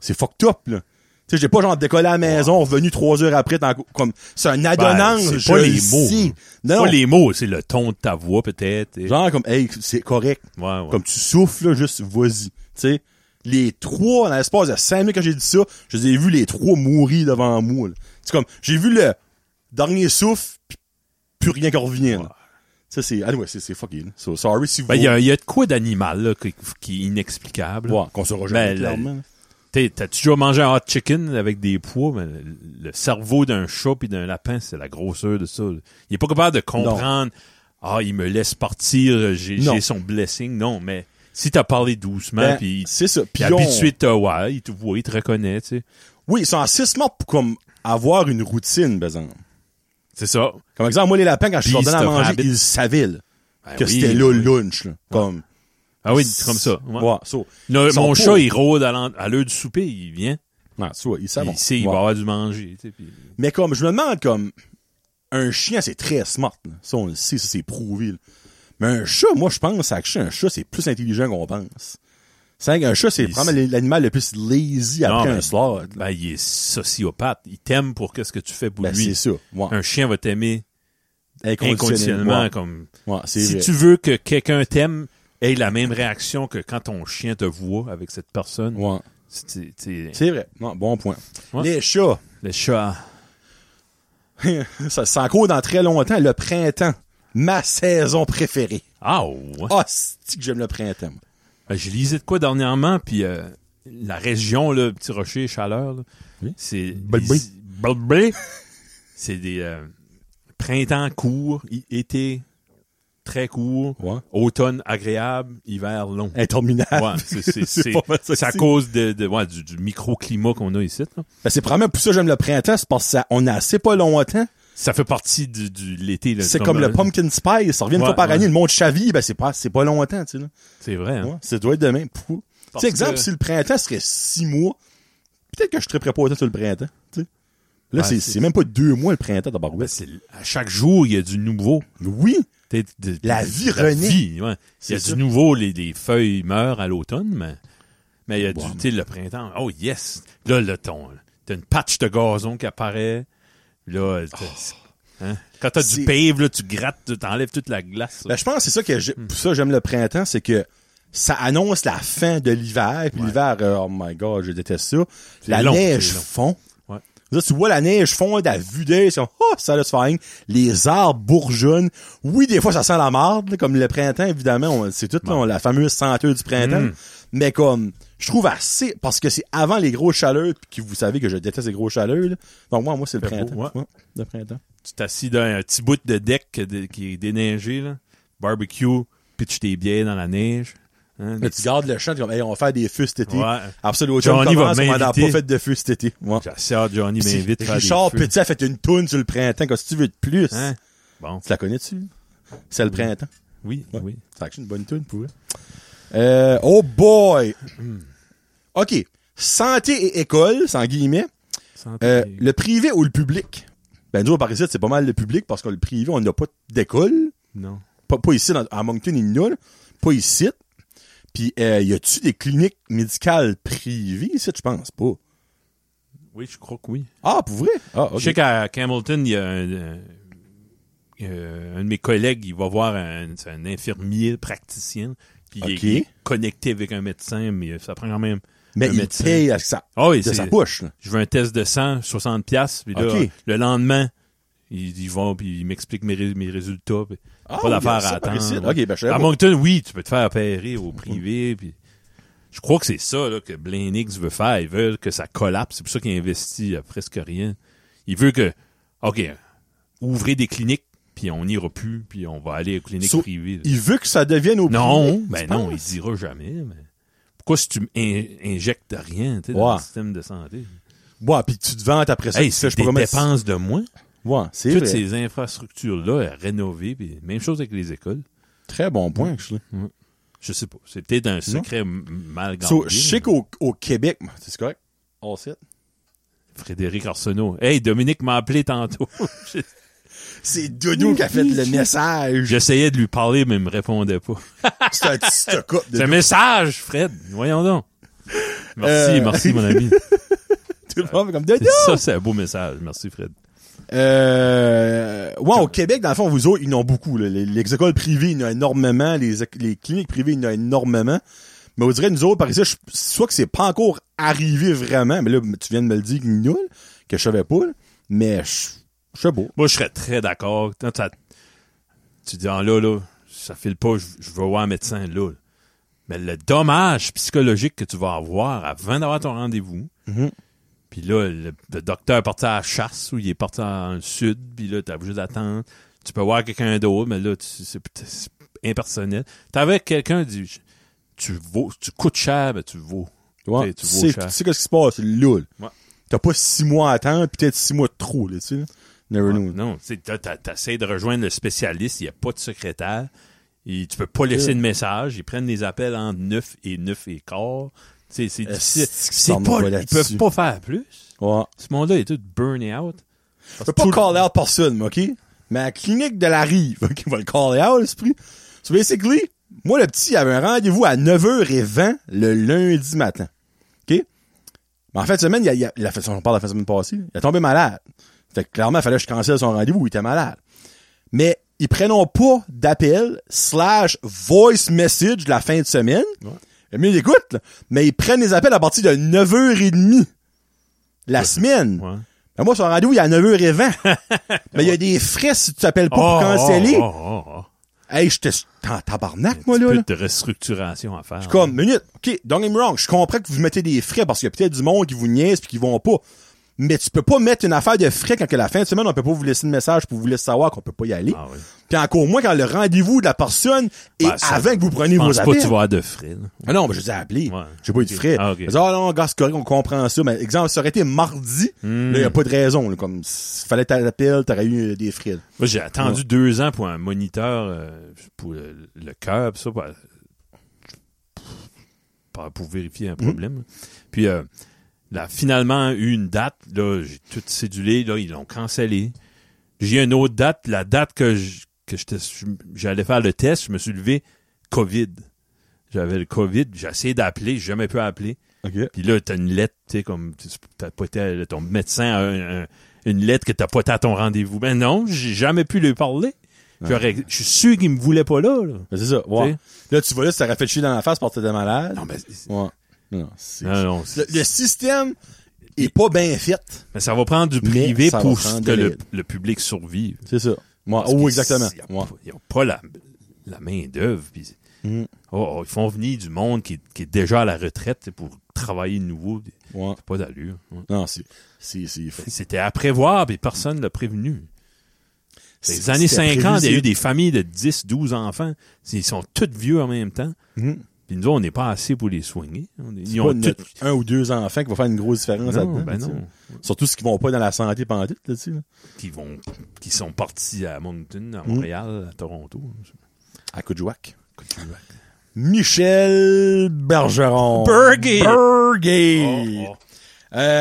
A: C'est fucked up, là. Tu sais, j'ai pas genre décollé à la maison, revenu trois heures après, t'en- comme, c'est un adonnance,
B: Ben, c'est
A: je
B: pas
A: le
B: les mots.
A: sais. Non,
B: Pas les mots, c'est le ton de ta voix, peut-être. et-
A: genre comme, hey, c'est correct.
B: Ouais, ouais.
A: Comme tu souffles, là, juste, vas-y. Tu sais, les trois, dans l'espace de cinq minutes quand j'ai dit ça, je les ai vus les trois mourir devant moi, là. C'est comme, j'ai vu le dernier souffle, pis plus rien qui revient, là. Ça, c'est, ah, ouais, c'est, c'est fucking. So, sorry si vous.
B: Ben, il y a, il y a de quoi d'animal, là, qui, qui est inexplicable.
A: Ouais, qu'on saura jamais,
B: Ben, la-
A: clairement, là.
B: T'es- T'as-tu déjà mangé un hot chicken avec des pois? mais le- le cerveau d'un chat puis d'un lapin, c'est la grosseur de ça. là. Il est pas capable de comprendre. Ah, il me laisse partir, j'ai
A: Non.
B: j'ai son blessing. Non, mais si t'as parlé doucement
A: Ben,
B: puis
A: c'est ça.
B: puis
A: Puis on-
B: habitué de te voir, il te voit, il te reconnaît, tu sais.
A: Oui, ils sont en six mois pour comme avoir une routine, par exemple.
B: C'est ça.
A: Comme exemple, moi, les lapins, quand je leur
B: Beast
A: donnais à
B: of
A: manger,
B: habit.
A: ils savaient là,
B: Ben
A: que
B: oui,
A: c'était là le
B: oui.
A: lunch. Là, Comme,
B: Ah oui, c'est comme ça. ouais.
A: Ouais, so,
B: Le-
A: ils sont
B: mon
A: pas-
B: chat, il rôde à l'en- à l'heure du souper, il vient.
A: Ouais, so, ils savent.
B: il sait, il
A: Ouais.
B: va avoir du manger. tu sais, puis-
A: Mais comme, je me demande, comme, un chien, c'est très smart. là. Ça, on le sait, ça, c'est prouvé. là. Mais un chat, moi, je pense à que un chat, c'est plus intelligent qu'on pense. C'est vrai qu'un chat, c'est
B: Il-
A: probablement l'animal le plus lazy
B: Non,
A: après
B: mais-
A: un slot. là.
B: Ben, il est sociopathe. Il t'aime pour qu'est-ce que tu fais pour
A: Ben,
B: lui.
A: c'est ça. Ouais.
B: Un chien va t'aimer
A: Ouais.
B: inconditionnellement. Comme,
A: Ouais, c'est
B: si
A: vrai.
B: tu veux que quelqu'un t'aime, ait la même réaction que quand ton chien te voit avec cette personne.
A: Ouais.
B: C'est- c'est- c'est-
A: C'est vrai. Non, Ah, bon point.
B: Ouais.
A: Les chats.
B: le chat.
A: ça c'est encore dans très longtemps, le printemps. Ma saison préférée.
B: Ah, ouais.
A: Ah, c'est que j'aime le printemps. moi.
B: Ben, Je lisais de quoi dernièrement, puis euh, la région, le Petit Rocher, Chaleur, là,
A: Oui.
B: c'est...
A: Balbré.
B: ils- Balbré. c'est des euh, printemps courts, i- été très court,
A: Ouais.
B: automne agréable, hiver long.
A: Interminable.
B: Ouais, c'est- c'est- c'est
A: pas mal ça
B: c'est
A: que Ah.
B: à
A: c'est.
B: cause de, de- ouais, du, du microclimat qu'on a ici. là.
A: Ben, c'est probablement pour ça que j'aime le printemps, c'est parce qu'on a assez pas longtemps.
B: Ça fait partie du, du- l'été. là,
A: C'est comme le pumpkin spice, ça revient une
B: Ouais,
A: fois par
B: ouais.
A: année, le monde chaville, ben c'est pas, c'est pas longtemps, tu sais. là.
B: C'est vrai. hein.
A: Ouais, ça doit être demain. Pou. Tu
B: Parce
A: sais, exemple,
B: que-
A: si le printemps serait six mois, peut-être que je serais préparé sur le printemps, tu sais. Là,
B: Ouais,
A: c'est,
B: Ben, c'est-
A: c'est même pas deux mois le printemps d'abord.
B: Ben, c'est- à chaque jour, il y a du nouveau.
A: Oui.
B: T'es- de-
A: La
B: de-
A: vie
B: la
A: renaît.
B: vie, ouais. Il y
A: C'est
B: a
A: ça.
B: du nouveau, les, les feuilles meurent à l'automne, mais, mais il y a
A: Bon.
B: du, tu sais, le printemps. Oh yes! Là, le ton, t'as une patch de gazon qui apparaît. Là, t'as- hein? quand t'as du
A: Oh. C'est-
B: pave, là, tu grattes, tu t'enlèves toute la glace. là.
A: Ben, je pense que c'est ça que j'ai- pour ça j'aime le printemps, c'est que ça annonce la fin de l'hiver, puis l'hiver, euh, oh my god, je déteste ça. La
B: long,
A: neige
B: c'est long.
A: fond.
B: Ouais.
A: Là, tu vois la neige fondre à vue d'œil, c'est comme, oh, satisfying. Les arbres bourgeonnent. Oui, des fois, ça sent la marde, là, comme le printemps, évidemment. on- C'est tout, là, on- la fameuse senteur du printemps. Mais comme, je trouve assez, parce que c'est avant les grosses chaleurs, puis que vous savez que je déteste les grosses chaleurs, là. Donc, moi, moi, c'est le
B: Fait beau,
A: printemps.
B: ouais.
A: Ouais, le printemps.
B: Tu t'assis dans un petit bout de deck que de- qui est déneigé, là. Barbecue, pitch tes bières dans la neige. Hein,
A: Mais tu gardes le champ, t'es comme, hey, on va faire des feux cet été.
B: Ouais.
A: Absolument. Johnny
B: Johnny va
A: commence, on n'a pas
B: m'inviter.
A: fait de feu cet été. Ouais.
B: Ta sœur Johnny
A: Puis
B: m'invite. à faire des
A: Richard
B: feux.
A: Petit a fait une toune sur le printemps. Qu'est-ce que tu veux de plus?
B: Hein? Bon,
A: Tu la connais-tu? C'est le printemps.
B: oui, oui.
A: C'est actually une bonne toune pour vrai. Euh, oh boy! OK. Santé et école, sans guillemets.
B: Santé.
A: Euh, le privé ou le public? Ben, nous, par ici, c'est pas mal le public parce que le privé, on n'a pas d'école.
B: Non.
A: Pas, pas ici, dans, à Moncton, il n'y en a, là. Pas ici. Puis, euh, y a-tu des cliniques médicales privées ici? Je pense pas.
B: Oui, je crois que oui.
A: Ah, pour vrai? Ah, ok.
B: Je sais qu'à Camelton, il y a un, euh, euh, un de mes collègues, il va voir un, c'est un infirmier praticien, puis il est-
A: Ok.
B: il, est, connecté avec un médecin, mais ça prend quand même.
A: Mais
B: un
A: il
B: médecin.
A: paye avec sa,
B: Ah oui,
A: de
B: c'est-
A: sa poche. là.
B: je veux un test de 100, 60 pièces, puis là,
A: Ok.
B: le lendemain, ils, ils vont puis ils m'expliquent mes, ré- mes résultats. puis
A: Ah,
B: pas
A: il y a
B: d'affaire à
A: ça par
B: attendre.
A: ici. Ok, ben, je savais
B: à
A: pas.
B: Moncton, oui, tu peux te faire opérer au privé.
A: Mm-hmm.
B: Puis je crois que c'est ça là, que Blanix veut faire. Il veut que ça collapse. C'est pour ça qu'il investit à presque rien. Il veut que, ok, ouvrez des cliniques, puis on n'ira plus, puis on va aller aux cliniques
A: So,
B: privées.
A: Il veut que ça devienne au
B: Non,
A: privé, tu
B: ben non, il
A: penses?
B: dira jamais. mais Pourquoi si tu m'injectes rien tu sais, dans
A: Ouais.
B: le système de santé?
A: Ouais, puis tu te vantes après ça.
B: Hey,
A: tu
B: c'est
A: fais,
B: des
A: pas comment-
B: dépenses de moins.
A: Ouais, c'est
B: Toutes
A: vrai.
B: ces infrastructures-là à rénover. Puis même chose avec les écoles.
A: Très bon point, actually.
B: Je sais pas. C'est peut-être un secret m- mal gardé.
A: So, je
B: mais-
A: sais qu'au au Québec, c'est correct? All set.
B: Frédéric Arsenault. Hey, Dominique m'a appelé tantôt.
A: C'est Doudou qui a fait le message.
B: J'essayais de lui parler, mais il me répondait pas.
A: C'est un petit stock-up
B: C'est un
A: de
B: message, Fred. Voyons donc. Merci,
A: Euh.
B: merci, mon ami.
A: tout le monde comme Doudou.
B: Ça, c'est un beau message. Merci, Fred.
A: Euh, ouais, au Québec, dans le fond, vous autres, ils en ont beaucoup. là. Les, les écoles privées, il y en a énormément. Les, éc- les cliniques privées, il y en a énormément. Mais on dirait, nous autres, par ici, je- soit que c'est pas encore arrivé vraiment, mais là, tu viens de me le dire, Guignol, que je savais pas, là. mais je je sais pas.
B: Moi, je serais très d'accord. Quand ça- tu dis, ah, là, là, ça file pas, je, je veux voir un médecin, là. Mais le dommage psychologique que tu vas avoir avant d'avoir ton rendez-vous,
A: Mhm.
B: puis là, le, le docteur est parti à la chasse ou il est parti en sud, puis là, t'as obligé d'attendre. Tu peux voir quelqu'un d'autre, mais là, tu- c'est c'est impersonnel. T'avais quelqu'un qui dit, tu vaux, tu coûtes cher, mais tu vaux.
A: Ouais, tu
B: Ok, tu
A: sais,
B: vois,
A: tu
B: cher.
A: sais qu'est-ce qui se passe, c'est loul.
B: Ouais.
A: T'as pas six mois à attendre, puis peut-être six mois de trop, là, tu sais. là. Never know.
B: Ah, Non, tu sais, t'as- t'as- t'essaies de rejoindre le spécialiste, il n'y a pas de secrétaire, et tu peux pas
A: Euh.
B: laisser de message, ils prennent les appels entre 9 et 9 et quart. Tu sais, C'est difficile.
A: Est-ce qu'ils
B: C'est
A: s'en vont
B: pas, ils
A: là-dessus?
B: peuvent pas faire plus.
A: Ouais.
B: Ce monde-là est tout burn out.
A: Je peux pas call out personne, OK? Mais la clinique de la rive, OK, on va le call out, l'esprit. So basically, moi, le petit, il avait un rendez-vous à 9h20 le lundi matin. OK? Mais en fin de semaine, il a, il a- la fin- on parle de la fin de semaine passée, il a tombé malade. Fait que clairement, il fallait que je cancelle son rendez-vous, il était malade. Mais ils prennent pas d'appel slash voice message de la fin de semaine. Mais ils écoutent, là. mais ils prennent les appels à partir de 9h30 la semaine.
B: Ouais.
A: Ben moi, son rendez-vous, il est à 9h20. Mais il y a des frais si tu t'appelles pas pour
B: Oh,
A: canceller.
B: oh, oh, oh, oh.
A: Hey, j'étais en tabarnak, moi,
B: Un
A: là.
B: peu
A: là.
B: de restructuration à faire.
A: Comme, minute, OK, don't get me wrong, je comprends que vous mettez des frais parce qu'il y a peut-être du monde qui vous niaise puis qui vont pas. Mais tu peux pas mettre une affaire de frais quand que la fin de semaine, on peut pas vous laisser de message pour vous laisser savoir qu'on peut pas y aller.
B: Ah oui.
A: Puis encore moins quand le rendez-vous de la personne est
B: Ben, ça,
A: avant que vous
B: Je
A: preniez
B: pense
A: vos
B: pas
A: appels.
B: que tu vas avoir de frais. là.
A: Ah non, mais je les ai appelés.
B: Ouais.
A: J'ai pas eu de frais.
B: Ah, ok.
A: Ils disent, Ah non, gars, c'est correct, on comprend ça. Mais exemple, ça aurait été mardi, là, y
B: Hmm.
A: a pas de raison. là, comme, s- fallait t'appeler, t'aurais eu euh, des frais. là.
B: Moi, j'ai attendu deux ans pour un moniteur euh, pour le, le cœur, pis ça, pour, pour- pour vérifier un problème. Puis, euh, là, finalement, eu une date, là, j'ai tout cédulé, là, ils l'ont cancellé. J'ai eu une autre date, la date que je- que j'étais- j'allais faire le test, je me suis levé, COVID. J'avais le COVID, j'ai essayé d'appeler, j'ai jamais pu appeler. Puis là, t'as une lettre, tu sais, comme tu- t'as pas été à- ton médecin a un- un- une lettre que t'as pas été à ton rendez-vous. Ben non, j'ai jamais pu lui parler. J'aurais- Je suis sûr qu'il me voulait pas là. là.
A: Ben, c'est ça, ouais. Là, tu vois, là, ça aurait fait chier dans la face parce que t'étais malade.
B: Non, mais,
A: Ouais. Non, c'est-
B: non, non,
A: le,
B: c'est-
A: le système est pas bien fait.
B: mais ça va prendre du
A: Mais
B: privé
A: ça va
B: pour
A: prendre
B: que
A: de
B: le,
A: l'aide.
B: le public survive.
A: C'est ça. Ouais.
B: Parce
A: Oh,
B: que
A: exactement.
B: s- y a
A: Ouais.
B: pas- Ils ont pas la, la main d'œuvre. puis-
A: Mm.
B: Oh, oh, ils font venir du monde qui, qui est déjà à la retraite tu sais, pour travailler de nouveau.
A: Ouais.
B: C'est Pas d'allure. ouais.
A: Non, c'est, c'est, c'est fou.
B: C'était à prévoir, puis personne l'a prévenu. Les
A: C'est-
B: années
A: c'était
B: 50, il y a eu
A: prévisible.
B: des familles de 10, 12 enfants. Ils sont tous vieux en même temps.
A: Mhm.
B: Puis nous, on n'est pas assez pour les soigner. On-
A: C'est
B: Ils
A: pas
B: ont
A: notre
B: tous...
A: un ou deux enfants qui va faire une grosse différence là-dedans.
B: Non, ben
A: tu sais.
B: non.
A: Surtout ceux qui vont pas dans la santé pendant tout, là, tu sais, là.
B: Qui, vont, qui sont partis à Moncton,
A: Mm.
B: à Montréal, à Toronto.
A: À Kujouac.
B: Écoute, tu vois.
A: Michel Bergeron.
B: Berger.
A: Berger.
B: Oh,
A: Euh,
B: oh.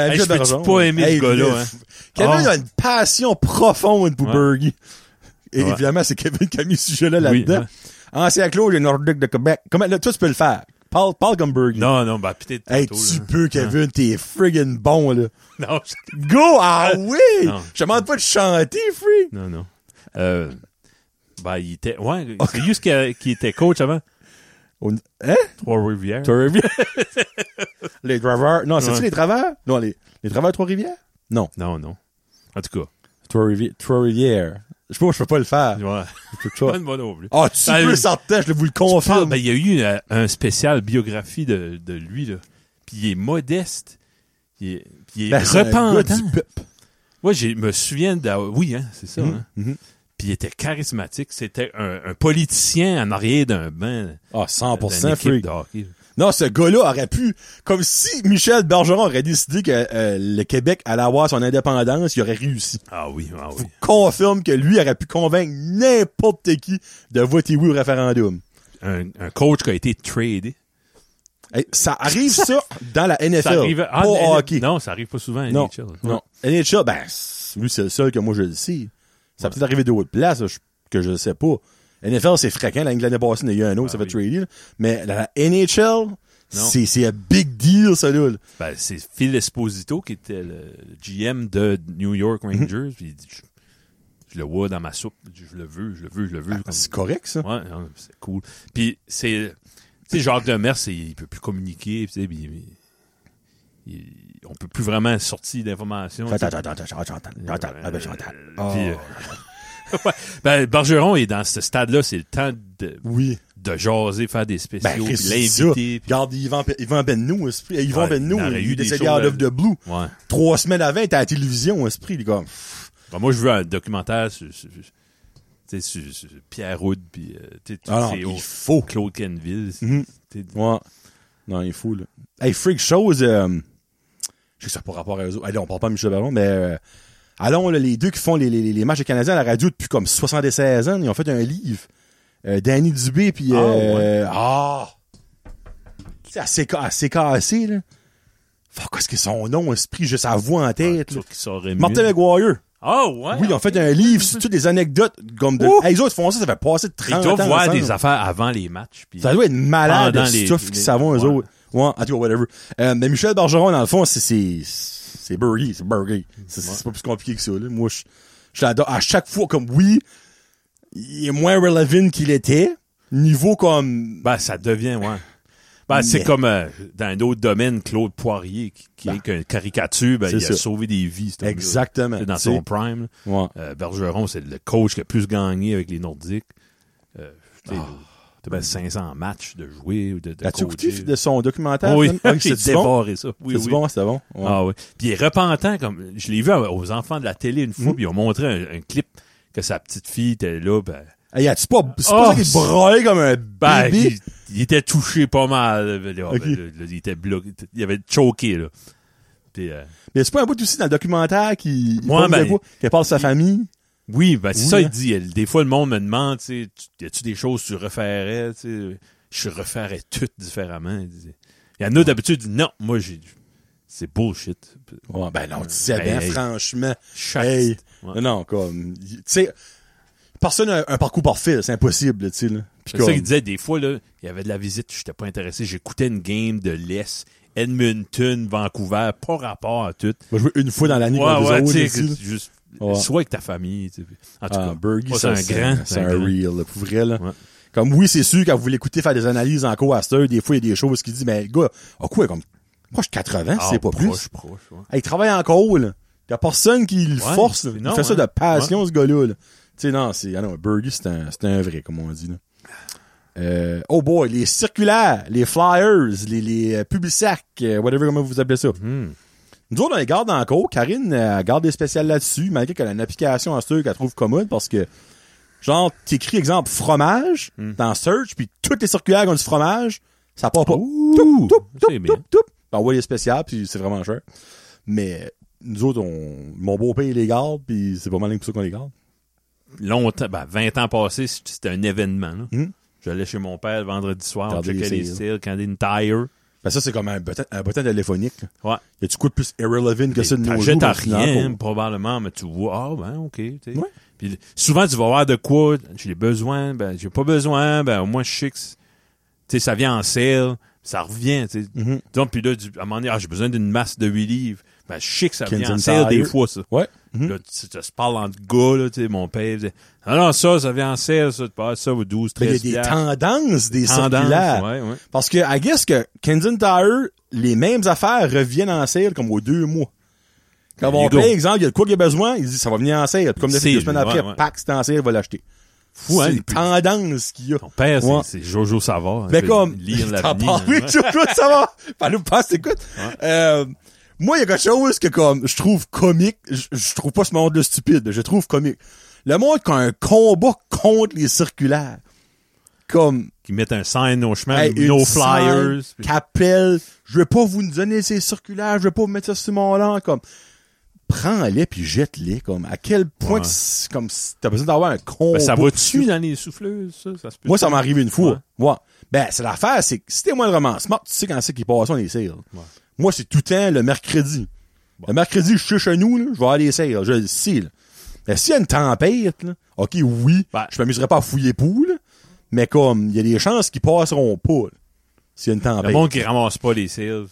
B: Hey,
A: Michel
B: je peux-tu
A: Bergeron.
B: pas aimer ce gars-là,
A: le-
B: hein?
A: Kevin
B: Oh.
A: a une passion profonde pour
B: Ouais.
A: Bergie. Et
B: Ouais.
A: évidemment, c'est Kevin qui a mis ce sujet-là
B: Oui, hein.
A: là-dedans.
B: ouais.
A: Ancien Claude, le Nordique de Québec. Comment, là, toi, tu peux le faire. Paul, Paul Gumberg.
B: Non, non, bah, putain,
A: Hey,
B: tantôt,
A: petit
B: là. Hein?
A: peu, Kevin, t'es friggin' bon, là.
B: Non, je-
A: Go, ah oui!
B: Non.
A: Je te demande pas de chanter, free!
B: Non, non. Euh, ben, il était. Ouais, c'est juste qu'il qu'il était coach avant.
A: On- Hein?
B: Trois-Rivières.
A: Trois-Rivières? les drivers. Non, c'est-tu
B: Ouais.
A: les travers? Non, les, les travers Trois-Rivières? Non.
B: Non, non. En tout cas.
A: Trois-Rivi- Trois-Rivières. Je peux, je peux pas le faire.
B: Ouais.
A: Je peux
B: Pas
A: pas.
B: de moi non plus.
A: Ah, tu
B: Ah,
A: peux,
B: oui.
A: certain, je vous le
B: On parle,
A: confirme.
B: ben, il y a eu euh, un spécial biographie de, de lui, là. Puis il est modeste. Il est, puis il est
A: Ben, c'est un gars
B: repentant.
A: du peuple.
B: Moi, je me souviens d'a- Oui, hein, c'est ça.
A: Mhm,
B: hein.
A: mhm.
B: Puis il était charismatique. C'était un, un politicien en arrière d'un banc.
A: Ah,
B: d'une
A: 100%
B: équipe
A: free.
B: de hockey.
A: Non, ce gars-là aurait pu, comme si Michel Bergeron aurait décidé que euh, le Québec allait avoir son indépendance, il aurait réussi.
B: Ah oui, ah
A: Je
B: oui.
A: vous confirme que lui aurait pu convaincre n'importe qui de voter oui au référendum.
B: Un, un coach qui a été tradé.
A: Hey, Eh, ça arrive ça dans la NFL,
B: Ça arrive
A: pas
B: en
A: au
B: N-
A: hockey.
B: Non, ça arrive pas souvent à
A: non,
B: NHL.
A: non. NHL, ben, c'est- lui c'est le seul que moi je le sais. Ça
B: Ouais.
A: peut peut arriver de autres places je- que je ne sais pas. NFL c'est fréquent, la l'année passée il y en a eu un autre,
B: Ah
A: ça fait
B: oui.
A: trader. là. Mais la NHL, c'est c'est un big deal ça là.
B: Ben, c'est Phil Esposito qui était le GM de New York
A: Mhm.
B: Rangers. Puis il dit, je, je le vois dans ma soupe. Je le veux, je le veux, je le veux. Comme-
A: Ah, C'est correct ça.
B: Ah, Ouais, non, c'est cool. Puis c'est... Tu sais, Jacques Demers, c'est- il peut plus communiquer. puis tu sais, puis il- il- on peut plus vraiment sortir d'informations. tu sais. Euh,
A: Attends, attends, attends, attends, attends, attends, attends, attends, attends. Ah,
B: Puis, euh, ouais. Ben, Bergeron est dans ce stade-là. C'est le temps de,
A: Oui.
B: de jaser, faire des spéciaux,
A: Ben,
B: puis
A: Chris, c'est ça.
B: l'inviter. puis-
A: Regarde, Yvan, Yvan Bennou, esprit. Yvan
B: Ouais,
A: Bennou,
B: il aurait
A: il
B: eu
A: est
B: des
A: décédé
B: choses
A: out
B: à-
A: of the blue.
B: Ouais.
A: Trois semaines avant, il était à la télévision, esprit, les gars.
B: Ben, moi, je veux un documentaire sur, sur- sur- tu sais, sur- sur Pierre Houd, puis euh, tu sais, tous
A: Ah non,
B: ces
A: il
B: hauts-
A: faut.
B: Claude Kenville.
A: Mhm.
B: tu sais.
A: Ouais. Non, il est fou, là. Hey, Freak Shows, euh, je sais que ça n'a pas rapport à eux autres. Allez, on parle pas de Michel Baron, mais euh, allons, là, les deux qui font les, les, les- les matchs des Canadiens à la radio depuis comme 76 ans, ils ont fait un livre. Euh, Danny Dubé, puis...
B: Ah,
A: euh, Ah! Tu sais, assez, ca- assez cassé, là. Fuck, qu'est-ce que son nom, esprit, juste sa voix en
B: Ah,
A: tête,
B: tout
A: là.
B: qui saurait mieux.
A: Martin McGuire.
B: Ah, ouais.
A: Oui, ils ont fait un livre sur toutes des anecdotes comme de.
B: Ouh!
A: Hey, les autres font ça, ça fait passer de
B: Ils
A: 30 ans.
B: doivent voir
A: ensemble.
B: des affaires avant les matchs. puis-
A: Ça doit être malade
B: Pendant
A: le
B: les-
A: stuff
B: les-
A: qu'ils savent eux
B: ouais.
A: autres. Ouais, en tout cas, whatever. Euh, mais Michel Bergeron, dans le fond, c'est, c'est, c'est Burger, c'est Burger. C'est, c'est pas plus compliqué que ça, là. Moi, je, je l'adore. À chaque fois, comme oui, il est moins relevant qu'il était. Niveau comme,
B: Ben, ça devient, ouais. Ben, c'est
A: Mais-
B: comme euh, dans un autre domaine, Claude Poirier, qui, qui
A: Ben,
B: est qu'une caricature, ben,
A: c'est
B: il a
A: ça.
B: sauvé des vies. cet homme-là.
A: Exactement,
B: Dans
A: tu
B: son
A: sais.
B: prime. là.
A: ouais.
B: Euh, Bergeron, c'est le coach qui a plus gagné avec les Nordiques. Euh, tu sais, t'as ben 500 matchs de jouer ou de, de
A: Ah. As-tu
B: coacher.
A: écouté de son documentaire?
B: oui,
A: Sam? Ah,
B: j'ai
A: c'est bon.
B: dévoré ça. Oui,
A: c'est
B: oui.
A: bon, c'est bon. Ouais.
B: Ah oui. Puis il est repentant comme je l'ai vu aux enfants de la télé une
A: Hmm.
B: fois, puis ils ont montré un, un clip que sa petite fille était là, ben,
A: Hey, as-tu pas, c'est
B: Oh,
A: pas ça qu'il braillait comme un
B: ben,
A: bébé?
B: il, il était touché pas mal. là, ben,
A: Ok.
B: là, il était bloqué, il avait choqué là. Puis, euh,
A: Mais c'est pas un bout aussi dans le documentaire qui, il
B: Ouais,
A: parle de
B: ben,
A: quoi? Qu'il parle de sa famille?
B: oui, ben c'est
A: Oui,
B: ça
A: hein.
B: il dit. Des fois le monde me demande, tu sais, tu- y a-tu des choses que tu referais, tu sais, je referais tout différemment. Il disait. Il y en a d'habitude il dit, non, moi j'ai c'est bullshit.
A: Ouais, ben non, tu sais
B: Ben,
A: bien,
B: hey.
A: franchement.
B: Chaque-
A: Hey.
B: Ouais.
A: Non, non, comme, y- tu sais, personne n'a un, un parcours parfait, c'est impossible, là, tu sais, là. Puis
B: C'est ça
A: comme-
B: qu'il disait, des fois, là, il y avait de la visite, j'étais pas intéressé, j'écoutais une game de l'Est, Edmonton, Vancouver, pas rapport à tout.
A: va jouer une fois dans l'année
B: Ouais,
A: contre les
B: ouais,
A: autres,
B: tu
A: là, tu sais,
B: sais,
A: là.
B: juste,
A: Ouais.
B: soit avec ta famille, tu sais. En tout
A: Ah,
B: cas,
A: Bergie,
B: moi,
A: ça,
B: c'est un grand,
A: C'est un
B: grand.
A: real, là, pour vrai, là.
B: Ouais.
A: Comme, oui, c'est sûr, quand vous l'écoutez faire des analyses en co-aster, des fois, il y a des choses qui disent, mais, le gars, à quoi, comme, moi, je 80,
B: Ah,
A: c'est pas plus.
B: Proche, proche, ouais.
A: Hey, il travaille encore, là. Il y a personne qui le
B: Ouais,
A: force, là.
B: c'est-
A: Il
B: non,
A: fait ça
B: hein.
A: de passion, ce gars-là, là. Tu sais, non, c'est, ah non, Birdie, c'est un, c'est un vrai, comme on dit, là. Euh, oh boy, les circulaires, les flyers, les, les euh, publicsacs, euh, whatever, comment vous appelez ça.
B: Hmm.
A: Nous autres, on les garde en cours. Karine, euh, elle garde des spéciales là-dessus, malgré qu'elle a une application en Search qu'elle trouve commode parce que, genre, t'écris, exemple, fromage
B: Hmm.
A: dans Search, puis toutes les circulaires qui ont du fromage, ça part pas. Toup, toup, toup,
B: c'est bien.
A: toup, toup. Ben ouais, les spéciales, puis c'est vraiment cher. Mais euh, nous autres, on, mon beau-père, il les garde, puis c'est pas mal pour ça qu'on les garde.
B: Longtemps, ben, 20 ans passés, c- c'était un événement, là.
A: Hmm.
B: J'allais chez mon père le vendredi soir, on
A: Regarder
B: checkait
A: les
B: les
A: séries.
B: styles, quand une tire.
A: Ben ça, c'est comme un bottin, un bottin téléphonique. là.
B: Ouais.
A: Y a-tu coup de plus irrelevant que ça de nos jours?
B: T'achètes à
A: mais c'est dans la
B: rien,
A: cour.
B: probablement, mais tu vois, ah, ben, OK. tu sais.
A: Ouais.
B: Puis souvent, tu vas voir de quoi, j'ai besoin, ben, j'ai pas besoin, ben, au moins, je sais que c'est- tu sais, ça vient en sale. ça revient, tu sais.
A: Mhm.
B: Donc, puis là, du- à un moment donné, ah, j'ai besoin d'une masse de 8 livres. Ben, je sais que ça vient en
A: Kenzen
B: serre des
A: Tire.
B: fois, ça.
A: Ouais. Mhm.
B: Là, tu, tu se parles entre gars, là, tu sais, mon père. il disait, Ah non, ça, ça vient en serre, ça, tu passes ça, ou 12,
A: Mais
B: 13
A: il y a des
B: piastres.
A: tendances des
B: Tendance,
A: circulaires.
B: ouais, ouais.
A: Parce que, I guess que Kenzen Tire, les mêmes affaires reviennent en sale comme aux deux mois. Quand on
B: There Ben, you go.
A: paye, exemple, il y a de quoi qu'il y a besoin, il dit ça va venir en sale. Puis Comme le fait deux
B: Sale,
A: semaines
B: ouais,
A: après,
B: ouais.
A: pack, c'est en sale, il va l'acheter.
B: Fou, hein,
A: C'est
B: les
A: une
B: pub-
A: tendance qu'il y a.
B: Ton père, c'est-
A: Ouais.
B: c'est Jojo Savard.
A: Mais
B: Il peut
A: comme,
B: Lire
A: t'en
B: l'avenir.
A: parles, oui,
B: hein.
A: tu vois, ça va. Fallait pas, écoute. Euh, moi, il y a quelque chose que, comme, je trouve comique. Je- Je trouve pas ce monde de stupide. Je trouve comique. Le monde qui a un combat contre les circulaires. Comme,
B: Qui mettent un sign au chemin,
A: hey, une
B: Hein, no flyers.
A: scène
B: puis-
A: qu'appelle, je vais pas vous donner ces circulaires, je vais pas vous mettre ça sur mon lan, comme, prends-les puis jette-les, comme, à quel point,
B: Ouais.
A: que c'est- comme, si t'as besoin d'avoir un combat.
B: Ben, ça va-tu dans les souffleuses, ça? ça se peut
A: Moi, ça m'est arrivé une
B: Ouais.
A: fois. Moi, Ben, c'est l'affaire, c'est que si t'es moindrement smart, tu sais quand c'est qu'ils passent les sales. Moi, c'est tout le temps le mercredi. Le mercredi, je suis chez nous, là, je vais aller les sales, je le sais. là. Mais s'il y a une tempête, là, ok, oui,
B: Ouais.
A: je m'amuserai pas à fouiller poules, mais comme, il y a des chances qu'ils passeront pas, là, s'il y a une
B: Le
A: tempête.
B: monde qui ramasse pas les cils,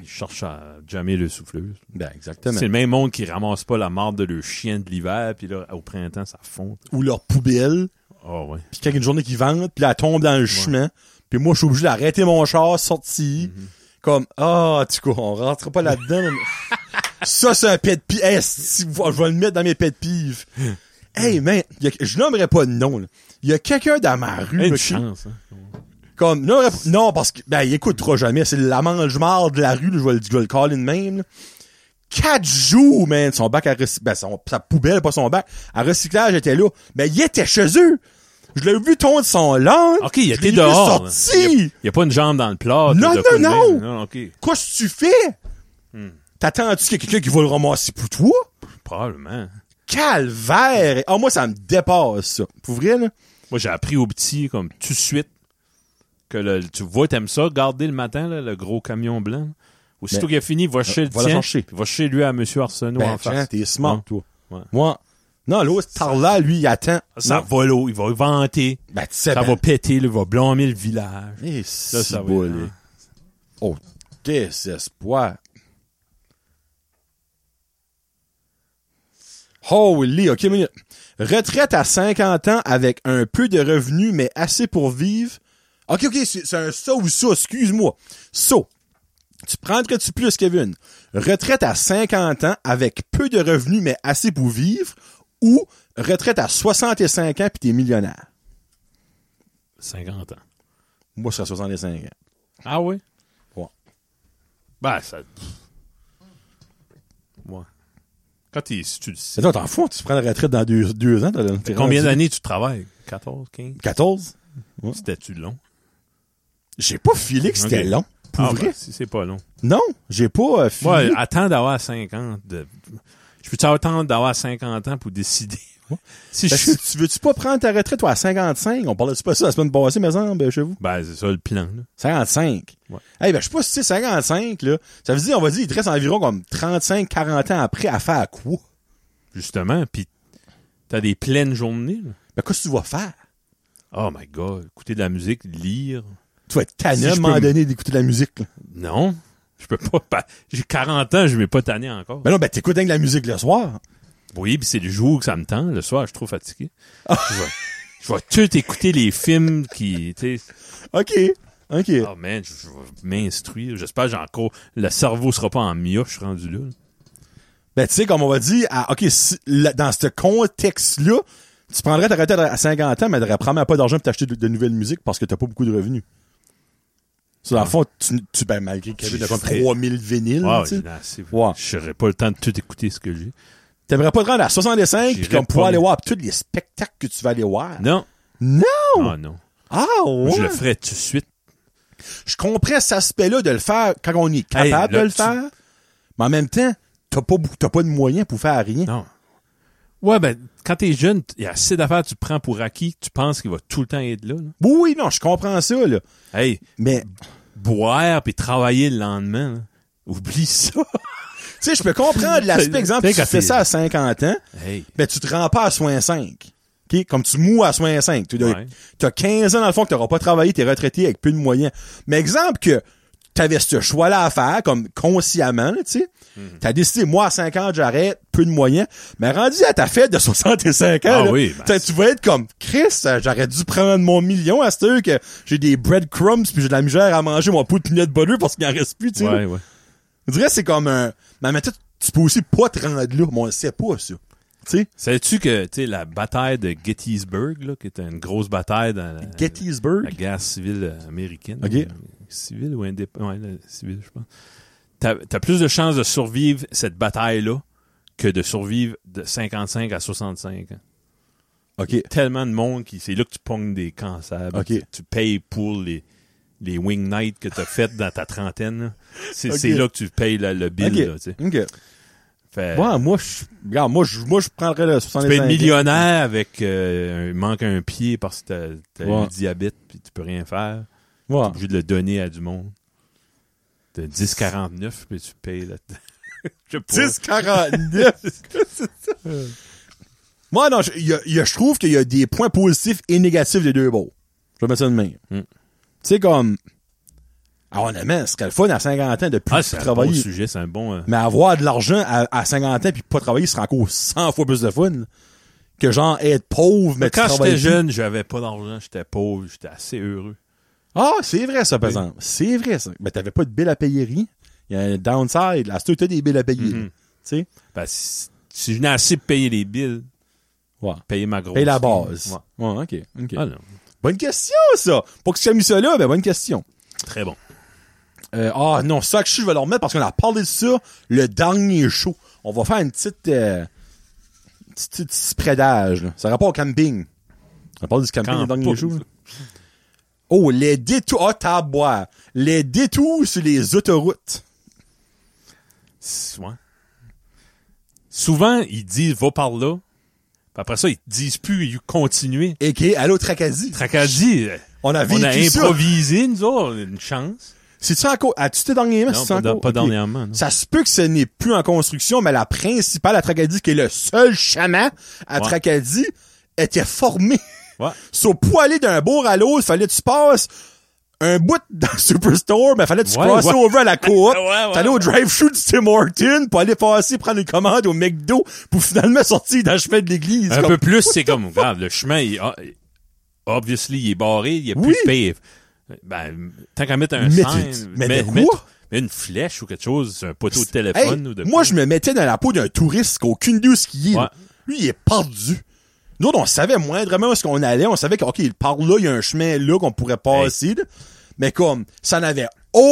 B: il cherche à jamais le souffleuse.
A: Ben, exactement.
B: C'est le même monde qui ramasse pas la marde de leur chien de l'hiver, puis là, au printemps, ça fond.
A: Ou leur poubelle,
B: Ah ouais.
A: puis quand il y a une journée qui vente, puis elle tombe dans le chemin, puis moi, je suis obligé d'arrêter mon char, sortir,
B: Mm-hmm.
A: comme, ah, tu coup, on rentre pas là-dedans. mais- ça, c'est un pet de pif. Hey, si, je vais le mettre dans mes pet pives. hey, man, il y a- je nommerai pas de nom, là. Il y a quelqu'un dans ma rue,
B: Une
A: ok,
B: chance, hein.
A: comme, non, ref- non, parce que, ben, il écoutera jamais, c'est la mange-marre de la rue, là, je vais le, je vais le caller de même, là. Quatre jours, man, son bac à recyclage, ben, son- sa poubelle, pas son bac, à recyclage était là, mais il était chez eux! Je l'ai vu tondre son linge!
B: OK, il
A: je l'ai
B: était
A: vu
B: dehors. là.
A: sorti.
B: Il y a- il y a pas une jambe dans le plat.
A: Non, non,
B: tout de coup de
A: non.
B: même. Non, OK.
A: Qu'est-ce que tu fais? T'attends-tu qu'il y a quelqu'un qui va le ramasser pour toi?
B: Probablement.
A: Calvaire! Ah, moi, ça me dépasse, ça. Pour vrai, là?
B: Moi, j'ai appris au petit, comme tout de suite, que le- tu vois, t'aimes ça, garder le matin, là, le gros camion blanc. Aussitôt
A: Ben,
B: qu'il a fini, va chez le
A: va la
B: tien,
A: chercher.
B: puis va chez lui à Monsieur Arsenault
A: Ben,
B: en
A: tiens,
B: face.
A: t'es smart,
B: Ouais.
A: toi.
B: Ouais.
A: Moi. Non, l'autre, par là, lui, il attend.
B: Ça
A: Non.
B: va l'eau, il va vanter.
A: Ben, tu sais,
B: ça
A: ben,
B: va péter, là, il va blâmer le village.
A: Eh,
B: Là, ça va. hein.
A: cibolé. Oh, désespoir. Holy, ok, minute. Retraite à 50 ans avec un peu de revenus, mais assez pour vivre. Ok, ok, c'est c'est un ça ou ça, excuse-moi. Ça. Tu prendrais-tu plus, Kevin? Retraite à 50 ans avec peu de revenus, mais assez pour vivre, ou retraite à 65 ans puis t'es millionnaire?
B: 50 ans.
A: Moi, je serais 65 ans.
B: Ah oui?
A: Ouais.
B: Ben, ça. Ouais. Quand t'es, si tu le sais.
A: C'est toi, t'en fous, tu prends la retraite dans deux, deux ans. t'as- t'es
B: Combien
A: rendu-
B: d'années tu travailles? 14, 15?
A: 14?
B: C'était-tu long?
A: J'ai pas filé que c'était
B: Ok.
A: long. Pour
B: Ah,
A: vrai?
B: ben, si c'est pas long.
A: Non, j'ai pas euh, filé.
B: Moi, attends d'avoir 50. De... Je peux-tu attendre d'avoir 50 ans pour décider? Si je
A: Parce
B: suis.
A: que tu veux-tu pas prendre ta retraite, toi, à 55? On parlait-tu pas ça la semaine passée, me semble, chez vous?
B: Ben, c'est ça le plan, là.
A: 55.
B: Ouais.
A: Hey, ben, je sais pas si c'est 55, là. Ça veut dire, on va dire, il te reste environ comme 35, 40 ans après à faire quoi?
B: Justement. Puis, t'as des pleines journées, là.
A: Ben, qu'est-ce que tu vas faire?
B: Oh my god. Écouter de la musique, lire.
A: Tu vas être tanné
B: Si
A: à un
B: je
A: moment
B: peux me-
A: donné d'écouter de la musique, là.
B: Non. Je peux pas. ben, J'ai 40 ans, je vais pas tanner encore.
A: Ben non, ben, t'écoutes rien que de la musique le soir.
B: Oui, puis c'est le jour que ça me tend. Le soir, je suis trop fatigué. je, vais, je vais tout écouter les films qui, tu sais,
A: OK. OK.
B: oh man, je, je vais m'instruire. J'espère que j'ai encore, le cerveau sera pas en mioche, je suis rendu là.
A: Ben, tu sais, comme on va dire, ah, OK, si- là, dans ce contexte-là, tu prendrais ta retraite à 50 ans, mais tu probablement pas d'argent pour t'acheter de, de nouvelles musiques parce que t'as pas beaucoup de revenus. Ça, dans le fond, tu, tu ben, malgré que
B: Je
A: t'as comme
B: ferais-
A: 3000 vinyles,
B: Wow,
A: tu sais,
B: j'ai assez.
A: Ouais.
B: Je n'aurai pas le temps de tout écouter ce que j'ai.
A: t'aimerais pas te rendre à 65 puis
B: J'irais
A: comme
B: pas,
A: pouvoir
B: mais-
A: aller voir tous les spectacles que tu vas aller voir.
B: Non.
A: Non!
B: Ah non.
A: Ah, ouais!
B: Je le ferai tout de suite.
A: Je comprends cet aspect-là de le faire quand on est capable
B: là,
A: de le
B: tu-
A: faire, mais en même temps, t'as pas, beaucoup- t'as pas de moyens pour faire rien.
B: Non. Ouais, ben, quand t'es jeune, t- il y a assez d'affaires que tu prends pour acquis, que tu penses qu'il va tout le temps être là. là.
A: Oui, oui, non, je comprends ça, là.
B: Hey,
A: Mais
B: boire puis travailler le lendemain, là. oublie ça.
A: Tu sais, je peux comprendre l'aspect,
B: Tu sais,
A: exemple, tu
B: quand
A: fais
B: t'es-
A: ça à 50 ans,
B: Hey.
A: ben tu te rends pas à soin 5. OK? Comme tu moues à soin 5. Tu
B: Ouais.
A: as 15 ans dans le fond que t'auras pas travaillé, t'es retraité avec peu de moyens. Mais exemple que t'avais ce choix-là à faire, comme consciemment, là, tu sais.
B: Hmm.
A: T'as décidé, moi, à 5 ans, j'arrête, peu de moyens. Mais rendu à ta fête de 65 ans,
B: Ah
A: là,
B: oui, ben,
A: t'as- tu vas être comme, Chris, euh, j'aurais dû prendre mon million à cette heure que j'ai des breadcrumbs puis j'ai de la misère à manger mon pot de peanut butter parce qu'il en reste plus, tu sais.
B: Ouais, ouais.
A: Je dirais que c'est comme un. Mais, mais tu tu peux aussi pas te rendre là, mais on le sait pas, ça. Tu sais,
B: Savais-tu que, tu sais, la bataille de Gettysburg, là, qui était une grosse bataille dans la,
A: Gettysburg.
B: la guerre civile américaine.
A: Ok.
B: euh, Civile ou indépendante? Ouais, la- civile, je pense. T'as as plus de chances de survivre cette bataille-là que de survivre de 55 à 65 ans.
A: OK.
B: Tellement de monde qui, c'est là que tu pognes des cancers.
A: Ok.
B: Tu, tu payes pour les, les wing nights que t'as faites dans ta trentaine. là. C'est
A: Ok.
B: c'est là que tu payes le, le bill,
A: OK.
B: là, tu sais.
A: OK.
B: Fait-
A: Ouais, moi, je. Regarde, moi, je moi, je prendrais le
B: Tu
A: 65.
B: peux être millionnaire avec euh, un- manque un pied parce que t'as, t'as
A: Ouais.
B: eu le diabète puis tu peux rien faire.
A: Ouais.
B: T'es obligé de le donner à du monde. T'as 10,49 puis tu payes là Je sais pas.
A: 10, 49. Moi, non, je il y a- il y a- je trouve qu'il y a des points positifs et négatifs des deux bords. Je mets ça de même.
B: Mm.
A: Tu sais, comme. Ah, honnêtement, ce serait le fun à 50 ans de plus
B: Ah, c'est un bon
A: travailler.
B: sujet, c'est un bon. euh,
A: Mais avoir de l'argent à, à 50 ans puis pas travailler, ce sera encore 100 fois plus de fun que genre être pauvre mais tu
B: Quand
A: travailles
B: j'étais
A: plus.
B: jeune, j'avais pas d'argent, j'étais pauvre, j'étais assez heureux.
A: Ah, c'est vrai ça par exemple. C'est vrai ça. Mais t'avais pas de bill à payer rien. Il y a un downside. Là, c'est t'as des billes à payer. Tu
B: Mhm.
A: sais,
B: Ben, si, si je n'ai assez pour payer les bills,
A: ouais.
B: payer ma grosse.
A: Paye la
B: fille.
A: base.
B: Ouais.
A: Ouais, ok. ok.
B: Ah non,
A: Bonne question ça. Pour que tu aies mis ça là, ben bonne question.
B: très bon.
A: Euh, ah non, ça que je suis, je vais leur remettre parce qu'on a parlé de ça le dernier show. On va faire une petite euh, petite, petite- petit prédage. là. Ça a rapport au camping. On parle du camping le
B: Camping.
A: dernier show. là. Oh, les détours. Ah, t'as à boire. Les détours sur les autoroutes.
B: Souvent. Souvent, ils disent va par là. Puis après ça, ils te disent plus, ils continuent.
A: Et qui est à l'autre Acadie.
B: Tracadie, euh,
A: On a
B: on a
A: vécu ça.
B: improvisé, nous autres, une chance.
A: C'est-tu encore? As-tu été dernièrement?
B: Non,
A: c'est-tu
B: pas,
A: encore?
B: dans- pas
A: Ok.
B: dernièrement. non.
A: Ça se peut que ce n'est plus en construction, mais la principale à Tracadie, qui est le seul chaman à
B: Ouais.
A: Tracadie, était formée.
B: Ouais.
A: So, pour aller d'un bourg à l'autre, fallait que tu passes un bout dans le Superstore, mais fallait que tu
B: Ouais,
A: crosses
B: ouais.
A: over à la coop.
B: Ouais, ouais,
A: T'allais au drive-thru du Tim Horton pour aller passer prendre une commande au McDo pour finalement sortir
B: Ben,
A: dans le chemin de l'église.
B: Un
A: Comme-
B: peu plus, c'est comme, regarde, le chemin, il, ah, il- obviously, il est barré, il n'y a plus
A: Oui.
B: de pave. Ben, tant qu'à mettre un
A: Mais
B: sign,
A: tu- mais de
B: mets-
A: quoi?
B: mets une flèche ou quelque chose, sur un poteau de
A: Hey,
B: téléphone ou de
A: moi, je me mettais dans la peau d'un touriste qui n'a aucune idée où ce qu'il est.
B: Ouais.
A: là. Lui, il est perdu. Nous autres, on savait moindrement où est-ce qu'on allait. On savait que, OK, il part là, il y a un chemin là qu'on pourrait passer. là. Mais comme, ça n'avait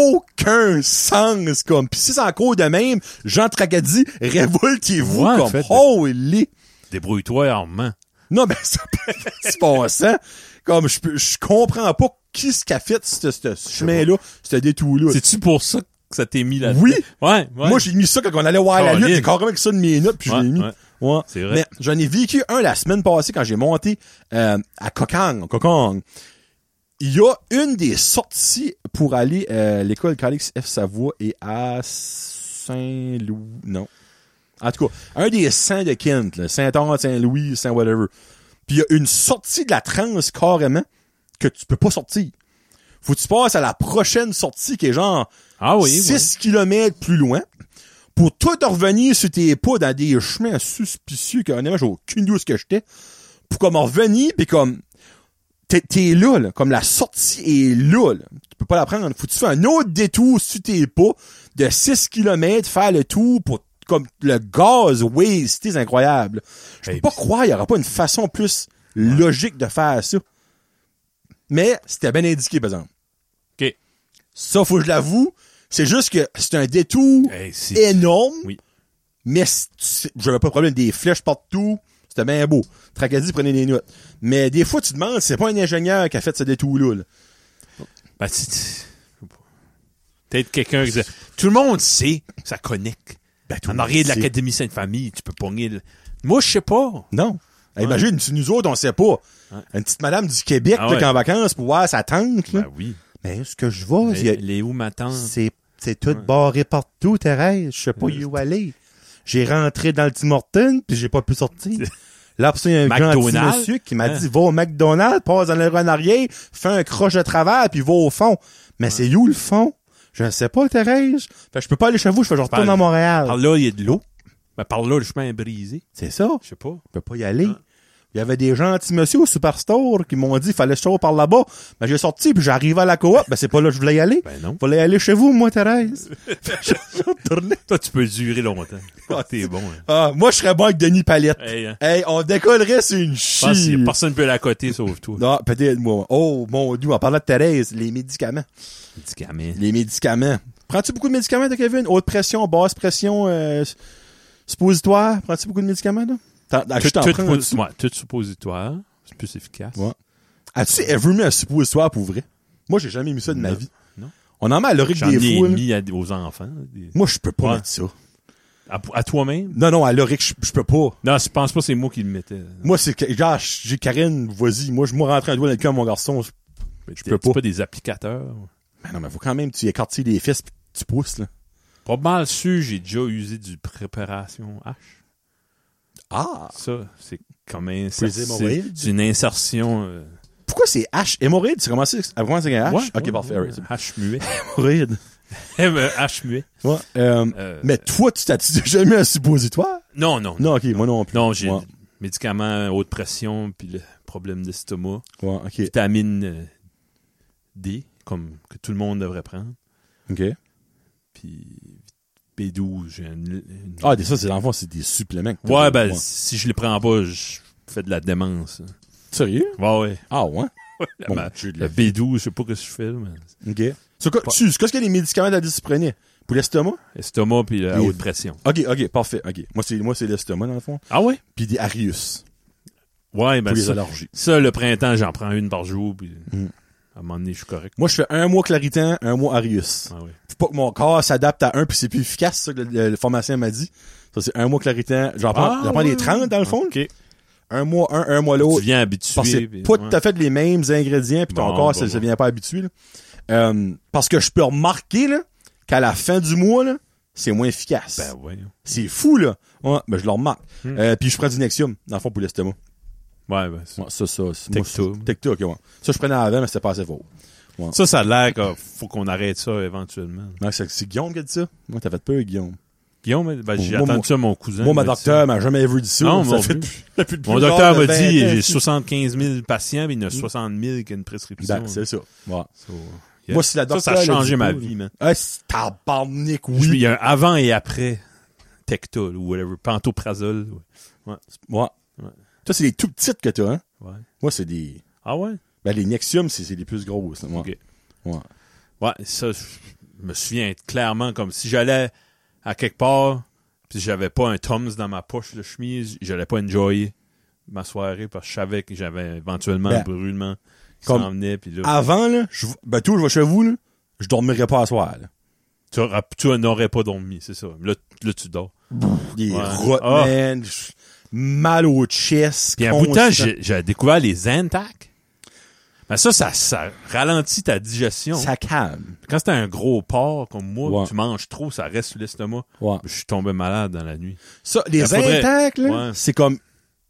A: aucun sens. Comme. Puis si c'est encore de même, Jean Tracadie, révoltez-vous.
B: Ouais, en
A: comme,
B: fait,
A: holy.
B: débrouille-toi armement.
A: Non, mais ça peut être bon sens. Comme, je, peux- je comprends pas qui ce qu'a fait ce ce- ce chemin-là, ce détour-là.
B: C'est-tu pour ça que ça t'est mis là
A: Oui.
B: Ouais, ouais.
A: Moi, j'ai mis ça quand on allait voir la
B: Caroline.
A: lutte. J'ai carrément avec ça de mes notes, puis je
B: Ouais,
A: l'ai mis.
B: ouais.
A: Ouais.
B: C'est vrai.
A: Mais j'en ai vécu un la semaine passée quand j'ai monté euh, à Kokang, Kokang. Il y a une des sorties pour aller euh, l'école Calix F Savoie et à Saint-Louis. Non. En tout cas, un des saints de Kent, là, Saint-Anne, Saint-Louis, Saint-whatever. Puis il y a une sortie de la transe carrément que tu peux pas sortir. Faut que tu passes à la prochaine sortie qui est genre
B: Ah oui, oui.
A: 6 km plus loin pour tout revenir sur tes pas dans des chemins suspicieux que honnêtement j'ai aucune idée où ce que j'étais pour comme revenir puis comme t'es, t'es là, là comme la sortie est là, là. tu peux pas la prendre faut que tu fasses un autre détour sur tes pas de 6 km faire le tour pour comme le gaz wasté c'est incroyable je peux
B: Hey,
A: pas croire il y aura pas une façon plus logique de faire ça mais c'était bien indiqué par exemple
B: OK.
A: ça, faut que je l'avoue. C'est juste que c'est un détour
B: Hey, Eh, c'est-
A: énorme.
B: Oui.
A: Mais c'est- c'est- j'avais pas de problème. Des flèches partout. C'était bien beau. Tracadie, prenez des notes. Mais des fois, tu te demandes, c'est pas un ingénieur qui a fait ce détour-là. là.
B: Ben, si tu- je sais pas. Peut-être quelqu'un qui dit, Tout le monde sait, ça connecte.
A: tout
B: en
A: le
B: arrière de
A: monde sait. Hein?
B: l'Académie Sainte-Famille, tu peux pogner le... Moi, je sais pas.
A: Non. Hey, Imagine, si nous autres, on sait pas. Une petite madame du Québec
B: Ah
A: là,
B: ouais.
A: qui est en vacances pour voir sa tante. là.
B: Ben oui.
A: Mais ce que je vois, il y a-
B: Elle est où ma tante?
A: c'est c'est tout barré partout, Thérèse. Je sais pas où aller. J'ai rentré dans le Tim Hortons, puis j'ai pas pu sortir. Là, après ça, il y a un grand
B: McDonald's.
A: petit monsieur qui m'a
B: Hein.
A: dit, va au McDonald's, passe dans le rue en arrière, fais un croche de travers, puis va au fond. Mais c'est où le fond? Je ne sais pas, Thérèse. Fait que je peux pas aller chez vous, je fais je retourne
B: Parle-
A: à Montréal.
B: Par là, il y a de l'eau. Mais par là, le chemin est brisé.
A: C'est ça.
B: Je sais pas.
A: Je peux pas y aller. Il y avait des gentils monsieur au Superstore qui m'ont dit, fallait que je sorte par là-bas. Ben, j'ai sorti, puis j'arrive à la coop. Ben, c'est pas là que je voulais y aller.
B: Ben non.
A: Fallait y aller chez vous, moi, Thérèse. Fait que je suis retourné.
B: Toi, tu peux durer longtemps. Ah, t'es bon. Hein.
A: Ah, moi, je serais bon avec Denis Palette.
B: Hey, hein.
A: Hey, on décollerait sur une
B: Je pense
A: chie.
B: que personne peut la coter sauf toi.
A: Non, peut-être, moi. Oh, mon Dieu, en parlant de Thérèse, les médicaments.
B: Médicaments.
A: Les médicaments. Prends-tu beaucoup de médicaments, toi, Kevin? Haute pression, basse pression, euh, s- suppositoire. Prends-tu beaucoup de médicaments, là? T'en- ah, je
B: Tout,
A: t'en
B: tout,
A: prends un-tu?
B: suppo- ouais, tout suppositoire. C'est plus efficace.
A: Ouais. As-tu ever mis un suppositoire pour vrai? Moi, j'ai jamais mis ça de ma
B: Non.
A: vie.
B: Non.
A: On en met à l'orique
B: J'en
A: des
B: ai
A: fous. là.
B: mis à- aux enfants. des-
A: Moi, je peux pas
B: Ouais.
A: mettre ça.
B: À, à toi-même?
A: Non, non, à l'orique, je je peux pas.
B: Non, je pense pas que c'est moi qui le mettais.
A: Moi, c'est que, genre, j'ai Karine, vas-y. Moi, je me rentre un doigt dans le cul à mon garçon. Je-
B: Je
A: peux pas.
B: pas des applicateurs.
A: Ben non, mais faut quand même, tu écartes les fesses pis tu pousses, là.
B: Pas mal sûr, j'ai déjà usé du préparation H.
A: Ah!
B: Ça, c'est comme un
A: Président
B: c'est
A: Montréal.
B: c'est une insertion. euh,
A: Pourquoi c'est H? Hémorroïde, tu commences à commencer avec un H?
B: ouais,
A: ok,
B: ouais,
A: parfait.
B: ouais,
A: alright, c'est
B: H muet.
A: bon. Hémorroïde.
B: M, euh, H muet.
A: Ouais. Euh,
B: Euh,
A: mais toi, tu t'as-tu déjà mis un suppositoire?
B: Non, non. Non,
A: Non, ok, moi non plus.
B: Non, j'ai
A: Ouais,
B: médicaments, haute pression, puis le problème d'estomac.
A: ouais, ok.
B: Vitamine euh, D, comme que tout le monde devrait prendre.
A: Ok.
B: Puis B12, j'ai une- une-
A: Ah, des- ça, c'est dans le fond, c'est des suppléments. que t'as
B: ouais,
A: mis.
B: ben, si je les prends pas, je fais de la démence.
A: Sérieux?
B: Ouais, ouais.
A: Ah, ouais.
B: La
A: Bon,
B: ma-
A: Dieu de la
B: le B12, je sais pas ce que je fais, là, mais
A: Ok. C'est quoi,
B: Pas-
A: tu, qu'est-ce que les médicaments t'as dit que tu prenais? Pour l'estomac?
B: estomac puis la
A: Les-
B: haute pression.
A: Ok, ok, parfait, ok. Moi, c'est, moi, c'est l'estomac, dans le fond.
B: Ah ouais?
A: Puis des Arius.
B: Ouais, ben
A: Pour les
B: ça,
A: allergies.
B: ça, le printemps, j'en prends une par jour, puis
A: Mm.
B: à un moment donné, je suis correct.
A: Moi, je fais un mois Claritin, un mois Arius.
B: Ah ouais.
A: Faut pas que mon corps s'adapte à un puis c'est plus efficace, ça que le, le- le pharmacien m'a dit. Ça, c'est un mois Claritin. J'en prends,
B: Ah,
A: j'en prends
B: ouais,
A: les 30, dans le fond.
B: OK.
A: Un mois un, un mois
B: Tu
A: l'autre.
B: viens habitué.
A: Parce que c'est
B: puis-
A: pas
B: ouais.
A: tout à fait les mêmes ingrédients, puis ton
B: Bon,
A: corps,
B: bon,
A: ça ne
B: bon.
A: vient pas habitué. là. Euh, parce que je peux remarquer là, qu'à la fin du mois, là, c'est moins efficace.
B: Ben ouais.
A: c'est fou, là. Ouais, ben, je le remarque.
B: Hmm.
A: Euh, puis je prends du Nexium, dans le fond, pour l'estomac.
B: Ouais, ben, ça.
A: Ouais, ça, ça. c'est- moi,
B: Tecto.
A: c'est- Tecto, ok, ouais. Ça, je prenais avant, mais c'était pas assez fort.
B: ça, ça a l'air qu'il faut qu'on arrête ça éventuellement.
A: Non, c'est, c'est Guillaume qui a dit ça. Moi, t'as fait peur, Guillaume.
B: Guillaume, ben, j'ai
A: Moi,
B: attendu
A: moi-
B: ça à mon cousin.
A: Moi, ma
B: il m'a dit
A: docteur m'a jamais vu dit ça.
B: Non,
A: Ça
B: moi non
A: fait
B: plus.
A: depuis- depuis le
B: ça. Mon
A: plus
B: docteur
A: genre
B: m'a
A: de
B: dit,
A: 20 ans. Mm.
B: j'ai 75 000 patients, mais il y en a 60 000 qui ont une prescription.
A: Ben, c'est ça. Ouais.
B: So, euh, yeah.
A: Moi, si la
B: ça,
A: docteur.
B: ça a changé ma
A: l'a dit pas,
B: vie, man.
A: Ah, c'est tabarnak,
B: Je- Il
A: oui.
B: y a un avant et après Tectol ou whatever, Pantoprazole.
A: Ouais.
B: Ouais.
A: Toi, c'est les tout petites que t'as, hein.
B: Ouais.
A: Moi, c'est des.
B: Ah ouais?
A: Ben, les Nexium, c'est c'est les plus grosses. Ouais.
B: Ok.
A: Ouais.
B: Ouais, ça, je me souviens clairement comme si j'allais à quelque part, puis j'avais pas un Tom's dans ma poche de chemise, j'allais pas enjoyer ma soirée parce que je savais que j'avais éventuellement
A: Ben,
B: un brûlement qui
A: comme-
B: s'en venait, puis là,
A: Avant, là, je, ben, tout, je vais chez vous, là. Je dormirais pas à soir, là.
B: tu, auras- tu n'aurais pas dormi, c'est ça. Là, là, tu dors.
A: Des
B: Ouais.
A: rottes,
B: Ah.
A: man. Je- Mal au chest.
B: Puis un bout de temps,
A: constant.
B: j'ai j'ai découvert les Zantac. Ben ça, ça, ça ralentit ta digestion.
A: Ça calme.
B: Quand t'as un gros porc comme moi,
A: Ouais.
B: tu manges trop, ça reste sur l'estomac.
A: Ouais.
B: Je suis tombé malade dans la nuit.
A: Ça, les
B: Ben, faudrait-
A: intacts, là,
B: Ouais.
A: c'est comme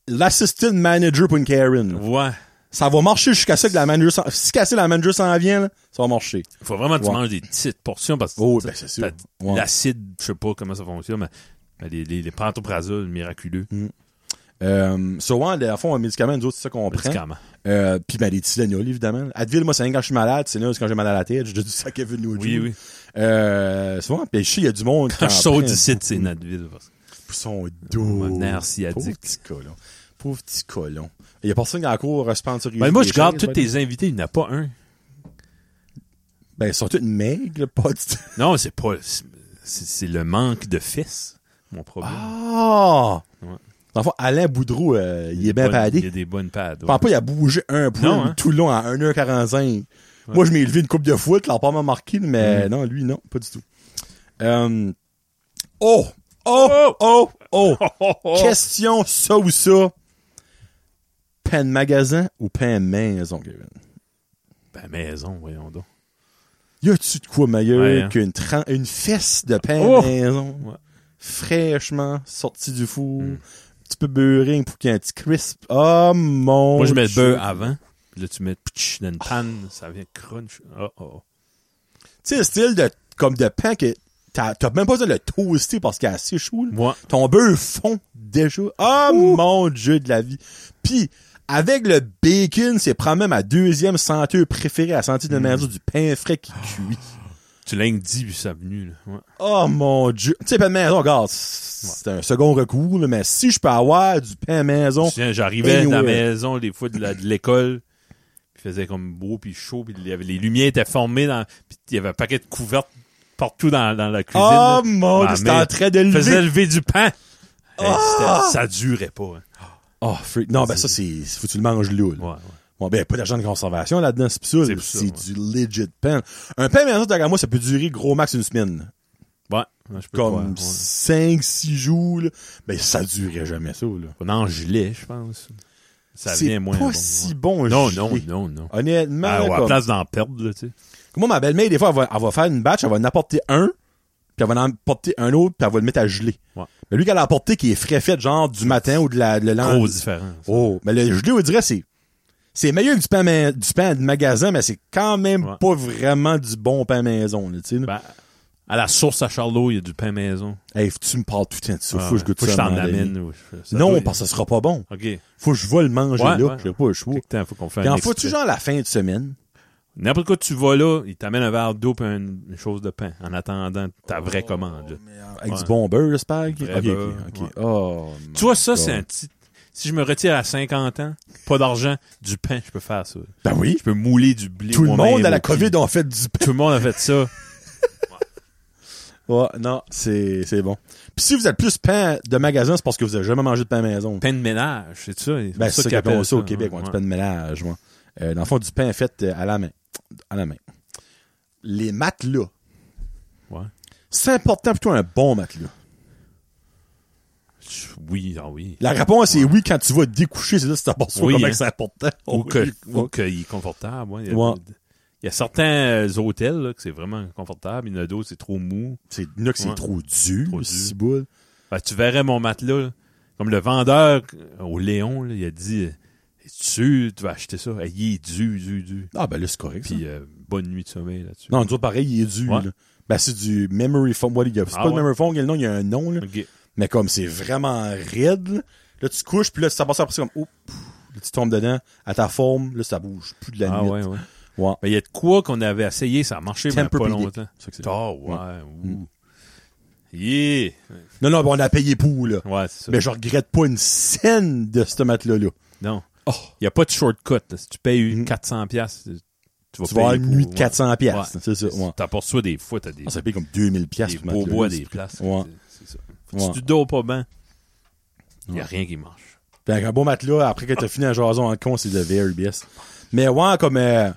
A: l'assistant manager pour une Karen. là.
B: Ouais.
A: Ça va marcher jusqu'à ce que la manager s'en... Si casser la manager s'en vient, là, ça va marcher.
B: Faut vraiment que tu
A: Ouais.
B: manges des petites portions parce que
A: Oh,
B: t'as-
A: ben, c'est sûr.
B: t'as
A: Ouais.
B: l'acide, je sais pas comment ça fonctionne, mais, mais les, les, les pantoprazole miraculeux,
A: Euh, souvent, à fond, un médicament, nous autres, c'est ça qu'on prend.
B: médicaments.
A: Euh, puis ben, des Tylenol, évidemment. Advil, moi, c'est rien quand je suis malade, c'est quand j'ai mal à la tête, je dis ça qu'elle veut nous
B: Oui, oui.
A: Ah, Euh, souvent, pis il y a du monde
B: Quand je saute
A: du
B: d'ici, c'est Nadville. parce que-
A: son dos.
B: Mon nerf sciatique.
A: Pauvre petit colon. Pauvre petit colon. Il y a personne qui a encore euh, sponsorisé.
B: Ben, moi, je
A: les
B: garde
A: choses,
B: tous
A: ben.
B: tes invités, il n'y en a pas un.
A: Ben, ils sont tous maigres, pas du tout.
B: Non, c'est pas. c'est- C'est le manque de fesses, mon problème.
A: Ah!
B: Ouais.
A: Dans le fond, Alain Boudreau, euh, il est
B: Des
A: bien
B: bonnes- Il y a
A: padé.
B: des bonnes pads.
A: Je
B: ouais.
A: pense pas qu'il a bougé un poil
B: Non, hein.
A: tout le long à 1h45. Moi, je m'ai élevé une coupe de foot, là, pas m'a marqué, mais
B: Mm.
A: non, lui, non, pas du tout. Euh, oh! Oh! Oh! Oh! Question ça ou ça. Pain de magasin ou pain maison, Kevin?
B: Ben, maison, voyons donc.
A: Y a-tu de quoi meilleur
B: Ouais, hein.
A: qu'une tran- une fesse de pain
B: Oh!
A: maison?
B: Ouais. Mm.
A: Fraîchement sorti du four. petit peu beurring pour qu'il y ait un petit crisp. Oh mon
B: Moi, je mets le
A: Dieu.
B: beurre avant. Puis Là, tu mets ptch, dans une panne, ça vient crunch. Oh, oh.
A: Tu sais, le style de, comme de pain que t'as t'as même pas besoin de le toaster parce qu'il est assez chaud. là.
B: Moi,
A: Ton beurre fond déjà. Oh mon Dieu de la vie. Puis, avec le bacon, c'est probablement ma deuxième senteur préférée à sentir de
B: Mm.
A: maison du pain frais qui cuit.
B: tu l'as dit, puis ça venu. Là. Ouais.
A: Oh mon Dieu. Tu sais, pain de maison, regarde, c'est un second recours, là, mais si je peux avoir du pain
B: Je
A: maison, euh,
B: me souviens, J'arrivais à la
A: Anyway.
B: maison des fois de la- de l'école. Il faisait comme beau puis chaud. Puis il y avait, les lumières étaient formées. Dans, puis il y avait un paquet de couvertes partout dans, dans la cuisine.
A: oh
B: là.
A: mon
B: Ma
A: Dieu, Ah! c'est
B: mère
A: en train de
B: Il faisait
A: lever.
B: lever du pain. Hey, c'était- ça durait pas. hein.
A: Oh, freak. Non, ben ça, c'est, faut que tu le manges lourd.
B: Ouais, ouais.
A: Bon, ben, pas d'argent de conservation là-dedans, c'est pour ça.
B: C'est
A: là.
B: pour ça,
A: C'est
B: ouais.
A: du legit pain. Un pain maison, d'après moi, ça peut durer gros max une semaine.
B: Ouais, ouais, je peux
A: Comme
B: croire, ouais.
A: 5, 6 jours, là. Ben, ça durerait jamais ça, là.
B: On en gelait, je pense. Ça
A: C'est
B: vient moins
A: pas
B: bon,
A: si
B: ouais.
A: bon, un
B: Non,
A: gelé.
B: non, non, non.
A: Honnêtement,
B: Ah,
A: là,
B: ouais, à
A: comme-
B: place d'en perdre, là, tu sais.
A: Moi, ma belle-mère, des fois, elle va, elle va faire une batch, elle va en apporter un, puis elle va en apporter un autre, puis elle va le mettre à geler.
B: Ouais.
A: Mais lui qu'elle a apporté, qui est frais fait, genre du matin ou de la, le lendemain.
B: Grosse différence.
A: Oh, mais le gelé, on dirait, c'est, c'est meilleur que du pain, ma- du pain de magasin, mais c'est quand même
B: Ouais.
A: pas vraiment du bon pain maison, là, tu sais. là.
B: Ben, à la source à Charlot, il y a du pain maison.
A: Hey, faut que tu me parles tout le temps de ça.
B: Ben. Ah,
A: faut que je goûte
B: faut
A: ça.
B: je t'en
A: à un moment donné.
B: amène. ou je fais ça.
A: Non,
B: Toi,
A: parce que ce sera pas bon.
B: OK. Ouais,
A: Faut que je vais le manger là.
B: ouais.
A: J'ai pas le choix.
B: Quelque temps, faut qu'on fasse
A: Puis
B: un
A: en faut-tu
B: extrait.
A: genre la fin de semaine?
B: N'importe quoi, tu vas là, il t'amène un verre d'eau et une, une chose de pain en attendant ta vraie commande. là.
A: Oh, euh, Avec du
B: Ouais.
A: bon beurre, j'espère. Ok,
B: Vrai
A: ok,
B: beurre,
A: ok.
B: ouais.
A: Oh, my
B: Tu vois, ça,
A: God.
B: c'est un petit. Si je me retire à 50 ans, pas d'argent, du pain, je peux faire ça.
A: Ben oui.
B: Je peux mouler du blé.
A: Tout le
B: moi-même
A: monde à
B: au
A: la
B: pied.
A: COVID ont fait du pain.
B: Tout le monde a fait ça.
A: Ouais, non, c'est, c'est bon. Puis si vous êtes plus pain de magasin, c'est parce que vous avez jamais mangé de pain maison.
B: Pain de ménage, c'est ça.
A: ben,
B: c'est pour
A: c'est ça
B: qu'ils
A: qu'ils appellent
B: appellent
A: ça au Québec,
B: ouais,
A: ouais, du
B: ouais.
A: pain de mélange, ouais. Euh, dans le fond, du pain fait euh, à la main. À la main. Les matelas.
B: Ouais.
A: C'est important plutôt un bon matelas.
B: Oui, ah oui.
A: La réponse est oui quand tu vas te découcher, c'est là que tu t'aperçois
B: Oui,
A: comment
B: hein.
A: que c'est important.
B: Ou que-
A: Oh, Oui.
B: ou qu'il est confortable. ouais. Il, y a,
A: Ouais.
B: il y a certains euh, hôtels là, que c'est vraiment confortable. Il y en a d'autres, c'est trop mou.
A: C'est là que c'est
B: Ouais.
A: trop dur,
B: Trop dur.
A: si boule.
B: Ben, tu verrais mon matelas. là. Comme le vendeur euh, au Léon, là, il a dit euh, Es-tu sûr que tu vas acheter ça Eh, Il est dû, dû, dû.
A: Ah ben là c'est correct. ça.
B: Puis euh, bonne nuit de sommeil là-dessus.
A: Non, nous autres, pareil, il est dû.
B: Ouais.
A: là. Ben c'est du memory foam. Ouais, il y a- c'est
B: Ah
A: pas le
B: ouais.
A: memory foam, il y a le nom, il y a un nom. Là.
B: Ok.
A: Mais comme c'est vraiment raide, là, là, tu couches, puis là, ça passe après ça comme oups, là, tu tombes dedans, à ta forme, là, ça bouge plus de la
B: Ah
A: nuit.
B: ouais, ouais.
A: Ouais.
B: Ben, il y a de quoi qu'on avait essayé, ça a marché, mais pas
A: Tempur-Pedic.
B: longtemps.
A: Ça que c'est- Mm.
B: Ah ouais, ouh. Yeah!
A: Non, non, ben, on a payé pour, là.
B: Ouais, c'est ça.
A: Mais je regrette pas une scène de ce matelas-là.
B: Non.
A: Oh,
B: Il n'y a pas de shortcut. là. Si tu payes
A: Mm.
B: 400$, piastres, tu vas
A: tu vas avoir
B: payer
A: une
B: pour-
A: nuit de
B: ouais.
A: 400
B: Ouais.
A: piastres. C'est ça, ouais.
B: T'apportes ça des fois, t'as des,
A: Ah, Ça paye comme 2000
B: des
A: piastres pour
B: beaux
A: matelas,
B: bois
A: là,
B: des
A: c'est-
B: places.
A: Ouais.
B: C'est c'est ça. Faut-tu
A: Ouais.
B: du dos pas ben? Il n'y
A: Ouais.
B: a rien qui marche.
A: Puis avec un beau matelas, après que t'as fini un jason en con, c'est de very best. Mais ouais, comme... euh,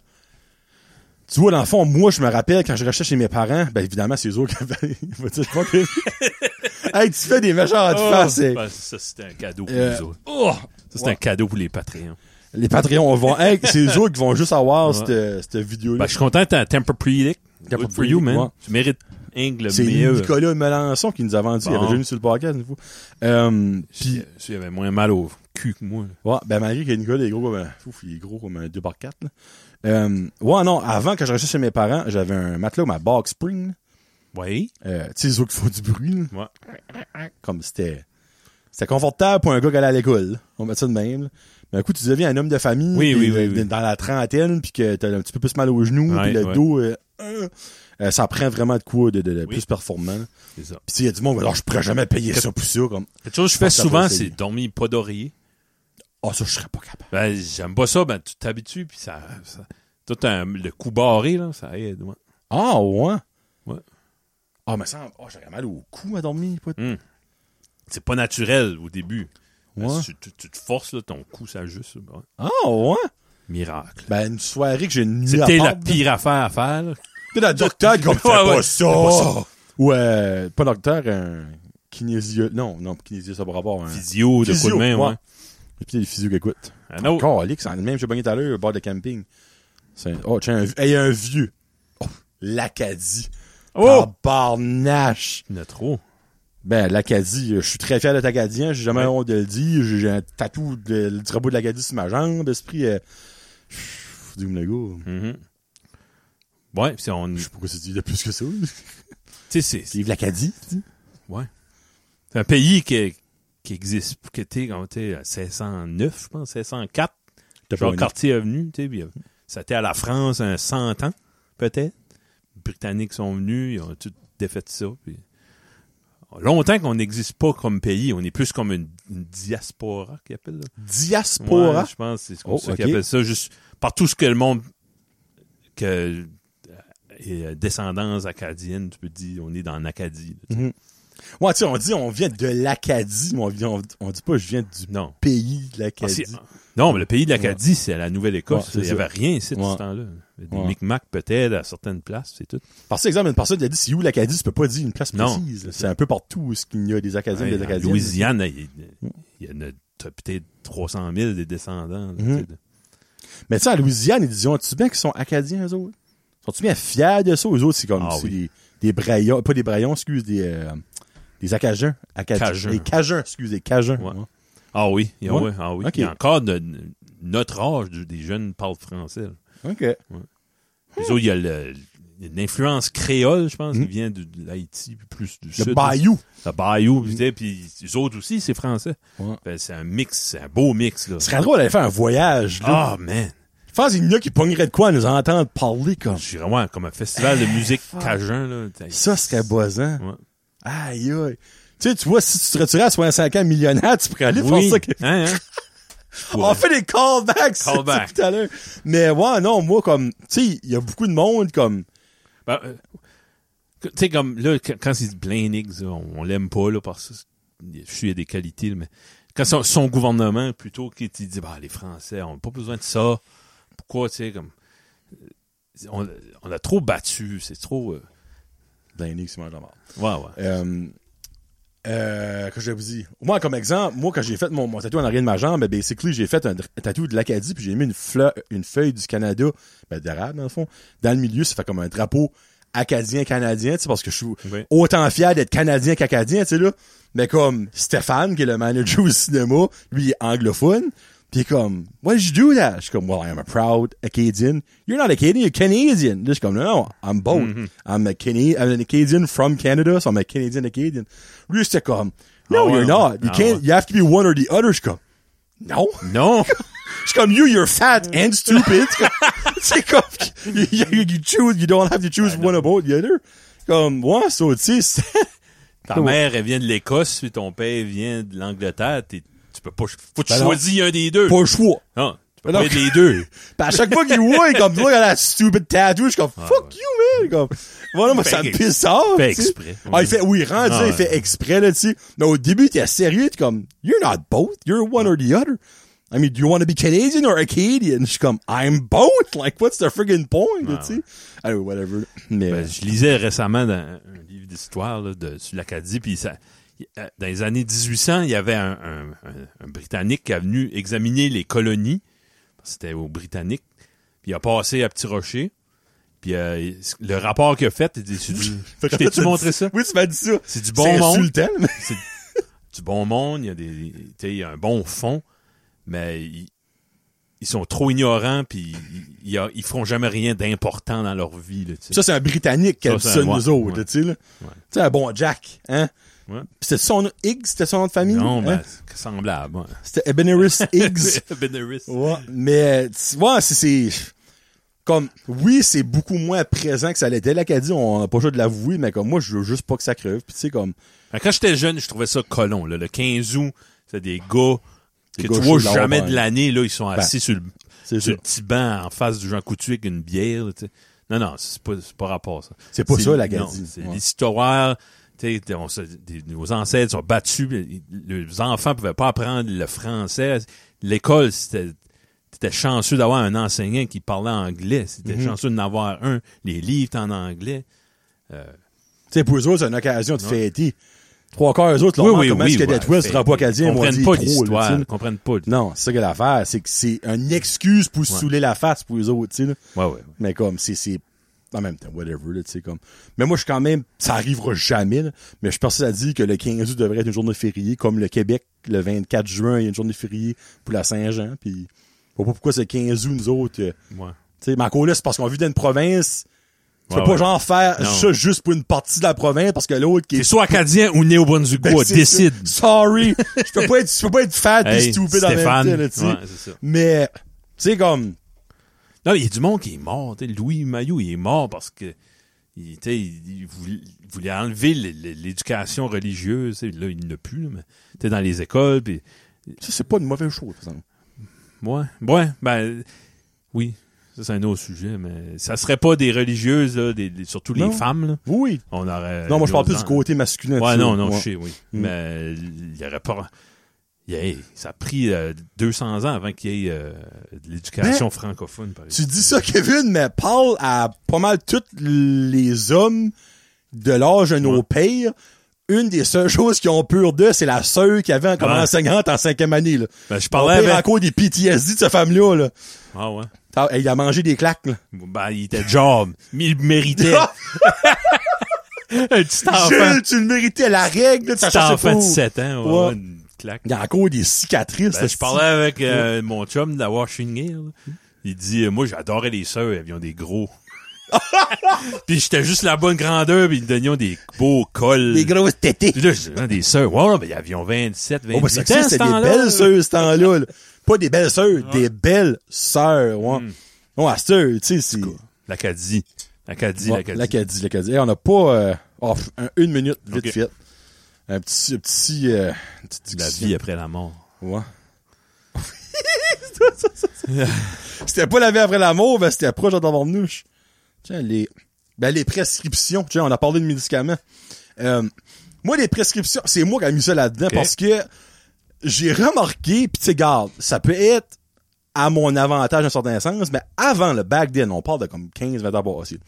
A: tu vois, dans le fond, moi, je me rappelle, quand je rachetais chez mes parents, ben évidemment, c'est eux autres qui avaient... Ils vont dire, je pense que- hey, Ah, tu fais des méchants à te faire, c'est-
B: Ben, ça, c'était un cadeau pour
A: Euh,
B: les autres.
A: Oh!
B: Ça, c'est un cadeau pour les Patreons.
A: Les Patreons vont... Hey, c'est eux autres qui vont juste avoir
B: Ouais.
A: cette, cette vidéo-là.
B: Ben, je suis content, t'as un temper predict. Good for
A: Tempur-Pedic,
B: you, man.
A: ouais.
B: Tu mérites Ing le
A: c'est
B: meilleur.
A: Nicolas Melançon qui nous a vendu. Il
B: Bon.
A: avait déjà venu sur le podcast, une fois. Euh,
B: Si-
A: puis,
B: S'il avait moins mal au cul que moi. là.
A: ouais, ben, malgré que Nicolas est gros comme un, ouf, il est gros comme un 2x4, là. Euh, ouais, non, avant que je reste chez mes parents, j'avais un matelas, ma box spring, là.
B: Oui.
A: Euh, tu sais, les autres qui font du bruit, là.
B: Ouais.
A: Comme c'était, c'était confortable pour un gars qui allait à l'école. là. On met ça de même, là. Mais un coup, tu deviens un homme de famille.
B: Oui,
A: puis,
B: oui, oui,
A: euh,
B: oui.
A: Dans la trentaine, puis que t'as un petit peu plus mal aux genoux,
B: Ouais,
A: puis le
B: ouais.
A: dos, euh, euh, euh, ça prend vraiment de quoi de, de- de
B: Oui.
A: plus performant. là.
B: C'est ça.
A: Puis tu sais, il y a du monde, alors Ah, je pourrais jamais payer ça pour ça, comme.
B: Quelque chose que je fais
A: pense que ça
B: souvent,
A: va essayer.
B: c'est dormir pas d'oreiller.
A: Ah, ça, je serais pas capable.
B: Ben, j'aime pas ça, ben, tu t'habitues, puis ça, ça- Toi, t'as un- le coup barré, là, ça aide, ouais.
A: Ah, ouais?
B: Ouais.
A: Ah, mais ça, oh, j'aurais mal au cou à dormir. Pas...
B: C'est pas naturel au début. Ben,
A: Ouais.
B: si tu, tu te forces, là, ton coup s'ajuste. là, ouais.
A: Ah, ouais?
B: Miracle.
A: Ben, une soirée que j'ai une nuit
B: C'était
A: à
B: la
A: pâte,
B: pire affaire à faire, là.
A: T'es dans le docteur comme fais
B: Ouais, ouais.
A: pas
B: Fais pas
A: ça. Ouais, pas docteur, un kinésio. Non, non, kinésio, ça par rapport. Un...
B: Physio, de coup de
A: Physio,
B: main,
A: ouais.
B: ouais.
A: Et puis il y a les physios qui écoutent.
B: Un autre.
A: Calix, en même j'ai pogné tout à l'heure, bar de camping. C'est- Oh, tiens, un, hey, un vieux. Oh, l'Acadie.
B: Oh!
A: Barnache.
B: Il y en a trop.
A: Ben, l'Acadie, euh, je suis très fier d'être Acadien, j'ai jamais
B: Ouais.
A: honte de le dire, j'ai un tatou de, du drapeau de l'Acadie sur ma jambe, esprit, euh, pff, dis-moi le gars.
B: Mhm. Ouais, c'est on.
A: Je sais pas pourquoi c'est dit de plus que ça.
B: Tu sais, c'est
A: C'est l'Acadie, tu sais.
B: c'est un pays qui, qui existe. Que t'es, quand t'es à 1609, je pense, 1604,
A: T'as
B: genre
A: pas
B: quartier avenue, tu sais, puis, euh, ça était à la France un 100 ans, peut-être. Les Britanniques sont venus, ils ont tout défait ça. puis- Longtemps qu'on n'existe pas comme pays, on est plus comme une, une diaspora, qu'ils appellent. là.
A: une diaspora.
B: Ouais, je pense que c'est comme
A: Oh,
B: ça qu'ils
A: ok.
B: appellent ça. Juste par tout ce que le monde que et euh, descendance acadienne, tu peux dire, on est dans l'Acadie. là, tu sais.
A: Ouais, tu sais, on dit on vient de l'Acadie, mais on, vient- on, on dit pas je viens du
B: Non.
A: pays de
B: Ah, c'est-
A: l'Acadie.
B: non, mais le pays de l'Acadie, c'est à la
A: Ouais,
B: Nouvelle-Écosse.
A: c'est
B: Il n'y
A: ça.
B: avait rien ici de
A: Ouais.
B: ce temps-là. Il y avait Des
A: Ouais.
B: Micmacs peut-être à certaines places, c'est tout.
A: Parce que, exemple, une personne qui a dit c'est où l'Acadie, tu peux pas dire une place
B: Non.
A: précise. là. C'est un peu partout où est-ce qu'il y a des Acadiens et
B: Ouais,
A: des
B: en
A: Acadiens.
B: Louisiane, il y a- il y en a t'as peut-être 300 000 des descendants. là, tu
A: Mhm.
B: sais, de-
A: Mais tu sais, en Louisiane, ils disent, oh, tu bien qu'ils sont Acadiens, eux autres? Sont-tu bien fiers de ça? Eux autres, c'est comme
B: Ah
A: c'est
B: oui.
A: des, des Braillons, pas des Braillons, excuse, des, euh, des Acadiens. Acadiens.
B: Cajuns.
A: Des Cajuns, excuse, des Cajuns.
B: Ouais.
A: Ouais.
B: Ah oui, il y a,
A: Ouais.
B: ouais, ah oui.
A: Ok.
B: Il y a encore de- notre âge, du- des jeunes parlent français. là.
A: OK. Hmm.
B: Les autres, il y a le- l'influence créole, je pense,
A: Mm.
B: qui vient de, de l'Haïti, puis plus du
A: Le
B: sud.
A: Bayou. Hmm.
B: Le Bayou, puis, tu sais, puis les autres aussi, c'est français.
A: Ouais.
B: Ben, c'est un mix, c'est un beau mix. Là.
A: Ce serait drôle d'aller faire un voyage, là.
B: Ah, man!
A: Je pense qu'il y en a qui pogneraient de quoi à nous entendre parler, comme.
B: Je suis vraiment comme un festival de musique cajun. Là.
A: Eh, Ça serait boisant.
B: Ouais.
A: Aïe, aïe. Tu sais, tu vois, si tu te retirais à 65 ans millionnaire, tu pourrais aller faire
B: Oui.
A: ça. Ah, que-
B: Hein, hein?
A: On fait des callbacks, c'est
B: Callback.
A: tout à l'heure. Mais ouais, non, moi, comme, tu sais, il y a beaucoup de monde, comme,
B: Ben, euh, tu sais, comme là, qu- quand c'est Blainix, on, on l'aime pas, là, parce que je suis il y a des qualités, là, mais quand son, son gouvernement, plutôt qu'il te dit, bah, les Français, on n'a pas besoin de ça. Pourquoi, tu sais, comme. euh, On, on a trop battu, c'est trop. euh,
A: Blaney, ben, c'est moi, j'en parle.
B: ouais, ouais.
A: Euh, euh, que je vous dis. Moi, comme exemple, moi, quand j'ai fait mon, mon tatou en arrière de ma jambe, ben, basically, j'ai fait un dr- tatou de l'Acadie, puis j'ai mis une, fleur, une feuille du Canada, ben, d'arabe, dans le fond, dans le milieu, ça fait comme un drapeau acadien-canadien, tu sais, parce que je suis
B: Oui.
A: autant fier d'être canadien qu'acadien, tu sais, là. Mais comme Stéphane, qui est le manager au cinéma, lui, il est anglophone, puis comme, what did you do that? Je suis comme, well, I'm a proud Acadian. You're not Acadian, you're Canadian. Là, je suis comme, no, no, I'm both.
B: Mm-hmm.
A: I'm, a Cana- I'm an Acadian from Canada, so I'm a Canadian Acadian. Lui, c'était comme, no,
B: Ah ouais,
A: you're not. You
B: ah
A: can't, you have to be one or the other. Je suis comme, non.
B: Non!
A: Je suis comme, you, you're fat and stupid. C'est comme, you, you- you choose, you don't have to choose one or the other. Comme, ouais, so, tu sais, c'est-
B: Ta
A: Ouais.
B: mère, elle vient de l'Écosse, puis ton père vient de l'Angleterre, t'es- tu peux pas. ch- Faut que tu
A: Ben non.
B: choisis un des deux.
A: pas le choix.
B: Non, tu peux
A: Ben
B: pas
A: non.
B: être les deux.
A: Pis à chaque fois qu'il voit, il est comme, look at that stupid tattoo, je suis comme, fuck you, man! Comme, voilà, moi,
B: Ah, Fait
A: ça me
B: ex-
A: pisse off!
B: fait
A: tu sais.
B: exprès.
A: Ah, il fait, oui, rendu,
B: Ah,
A: là, il fait
B: ouais.
A: exprès, là, tu sais. Mais au début, t'es sérieux, t'es comme, you're not both, you're one or the other. I mean, do you want to be Canadian or Acadian? Je suis comme, I'm both! Like, what's the friggin' point, là, tu sais? Anyway, whatever. Mais,
B: Ah, Ben, je lisais récemment dans un un livre d'histoire là, de, sur l'Acadie, puis ça, y- euh, dans les années 1800, il y avait un, un- un- un Britannique qui est venu examiner les colonies. parce que C'était aux Britanniques. Puis il a passé à Petit Rocher. Puis euh, il- le rapport qu'il a fait, il dit, c'est du-
A: Fait que
B: je t'ai-tu
A: t'as
B: montré
A: dit-
B: ça?
A: Oui, tu m'as dit ça.
B: C'est du bon
A: C'est
B: monde.
A: insultant, mais-
B: C'est du bon monde, il y a des, tu sais, il y a un bon fond, mais ils, ils sont trop ignorants, puis ils, ils, a- ils feront jamais rien d'important dans leur vie. Là, tu sais.
A: Ça, c'est un Britannique qui a
B: Ça,
A: dit
B: c'est
A: ça
B: un-
A: de nous
B: ouais,
A: autres,
B: ouais.
A: tu sais, là. Tu sais, un bon Jack, hein?
B: Ouais.
A: C'était son nom, Higgs, c'était son nom de famille?
B: non,
A: hein?
B: ben, c'est semblable. ouais.
A: C'était Ebeneris Higgs.
B: Benares.
A: ouais, mais tu vois, c'est- c'est. Comme, oui, c'est beaucoup moins présent que ça l'était. L'Acadie, on n'a pas le choix de l'avouer, mais comme moi, je veux juste pas que ça creve. Puis tu sais, comme.
B: Ben, Quand j'étais jeune, je trouvais ça colon. là. Le 15 août, c'est des gars
A: Des
B: que
A: gars
B: tu
A: chauds
B: vois
A: de la
B: jamais
A: campagne.
B: de l'année. là Ils sont assis sur, le,
A: C'est
B: sur
A: ça.
B: le petit banc en face du Jean Coutu avec une bière. là, tu sais. Non, non, c'est pas, c'est pas rapport ça.
A: C'est pas ça, la
B: non,
A: Gazie.
B: C'est
A: Ouais.
B: l'histoire. tu sais, t'es- on se- des- nos ancêtres sont battus. mais Les enfants pouvaient pas apprendre le français. L'école, c'était... T'étais chanceux d'avoir un enseignant qui parlait anglais. C'était
A: Mhm.
B: chanceux d'en avoir un. Les livres, t'es en anglais.
A: Tu sais, pour eux autres, c'est une occasion de fêter. Trois quarts eux autres, leur oui, comment est-ce que Dead West, drapeau acadien,
B: Ils
A: vont
B: comprennent
A: dire
B: pas
A: trop, là, tu sais,
B: l'histoire.
A: là.
B: Ils comprennent pas.
A: Non, c'est ça que l'affaire, c'est que c'est une excuse pour se
B: Ouais.
A: saouler la face pour eux autres, tu sais, là.
B: Ouais, ouais.
A: Mais comme, c'est, c'est, en même temps, whatever, là, tu sais, comme. Mais moi, je suis quand même, ça arrivera jamais, là, mais je pense à dire que le 15 août devrait être une journée fériée, comme le Québec, le 24 juin, il y a une journée fériée pour la Saint-Jean, puis je vois pas pourquoi c'est 15 août, nous autres, euh,
B: Ouais.
A: tu sais, mais encore là, c'est parce qu'on vit dans une province, tu peux
B: Ouais,
A: pas
B: ouais.
A: genre faire
B: Non.
A: ça juste pour une partie de la province, parce que l'autre qui
B: T'es
A: est...
B: soit acadien ou néo-brunswickois,
A: Ben, c'est
B: décide.
A: ça. Sorry! je peux pas être, je peux pas être fat et
B: Hey,
A: stupide en même temps,
B: Stéphane.
A: là, tu sais.
B: Ouais, c'est ça.
A: Mais, tu sais, comme,
B: Non, il y a du monde qui est mort. tu sais, Louis Maillot, il est mort parce que il, était, il, il voulait, il voulait enlever l- l- l'éducation religieuse. tu sais, Là, il n'a plus, là, mais t'es dans les écoles. Puis,
A: ça, c'est pas une mauvaise chose, par exemple.
B: ouais, ouais, ben, oui, ça, c'est un autre sujet, mais ça serait pas des religieuses, là, des, des- surtout
A: Non.
B: les femmes. là.
A: Oui!
B: On aurait.
A: Non, moi, je parle plus
B: nos-
A: du côté masculin.
B: Euh, Ouais,
A: tu
B: non,
A: sais.
B: non,
A: Ouais.
B: je sais, oui.
A: Mm.
B: Mais il y aurait pas. il y a- ça a pris euh, 200 ans avant qu'il y ait euh, de l'éducation francophone, par exemple.
A: Tu dis ça, Kevin, mais Paul a pas mal tous les hommes de l'âge de nos
B: Ouais.
A: pères. Une des seules choses qu'ils ont peur d'eux, c'est la sœur qu'il avait en- comme
B: Ouais.
A: enseignante en cinquième année. Là.
B: Ben, je
A: Mon
B: parlais
A: père a
B: avec.
A: encore des PTSD de cette femme-là. Là.
B: Ah, ouais.
A: T'as- hey, Il a mangé des claques. Là.
B: Ben, il était job. Mais il méritait. un petit enfant.
A: Jules, tu le méritais, la règle. là, tu
B: petit
A: t'en sais
B: enfant
A: pas
B: de
A: où.
B: 7 ans.
A: Ouais.
B: Ouais, ouais, une claque.
A: Il y a encore des cicatrices.
B: Ben,
A: là,
B: je parlais avec euh, mon chum de la Washington Hill. Il dit, euh, moi, j'adorais les sœurs, elles ont des gros. puis j'étais juste la bonne grandeur, puis ils me donnaient des beaux cols.
A: Des grosses tétés.
B: Puis là, je dis, Ah, des sœurs. Ouais, mais ils avaient 27, 28
A: Oh, ben, c'est
B: ans,
A: que ça,
B: ce
A: c'était des
B: temps-là.
A: belles sœurs, ce temps-là. là. Pas des belles sœurs, des belles sœurs. Ouais.
B: Hmm.
A: Ouais, à cette heure, tu sais, c'est...
B: L'Acadie. L'Acadie,
A: Ouais,
B: l'Acadie.
A: L'Acadie, l'Acadie. Hey, on n'a pas euh, oh, pff, un- une minute vite
B: Ok.
A: fait. Un petit, un petit, euh, une petite
B: La
A: discussion.
B: vie après la mort.
A: Ouais. c'était pas la vie après l'amour, ben c'était proche d'avant mouche. Tiens, les, ben les prescriptions. Tiens, on a parlé de médicaments. Euh, moi, les prescriptions, c'est moi qui ai mis ça là-dedans
B: Ok.
A: parce que j'ai remarqué, pis tu sais, garde, ça peut être à mon avantage dans un certain sens, mais avant le back then, on parle de comme 15-20 ans passés.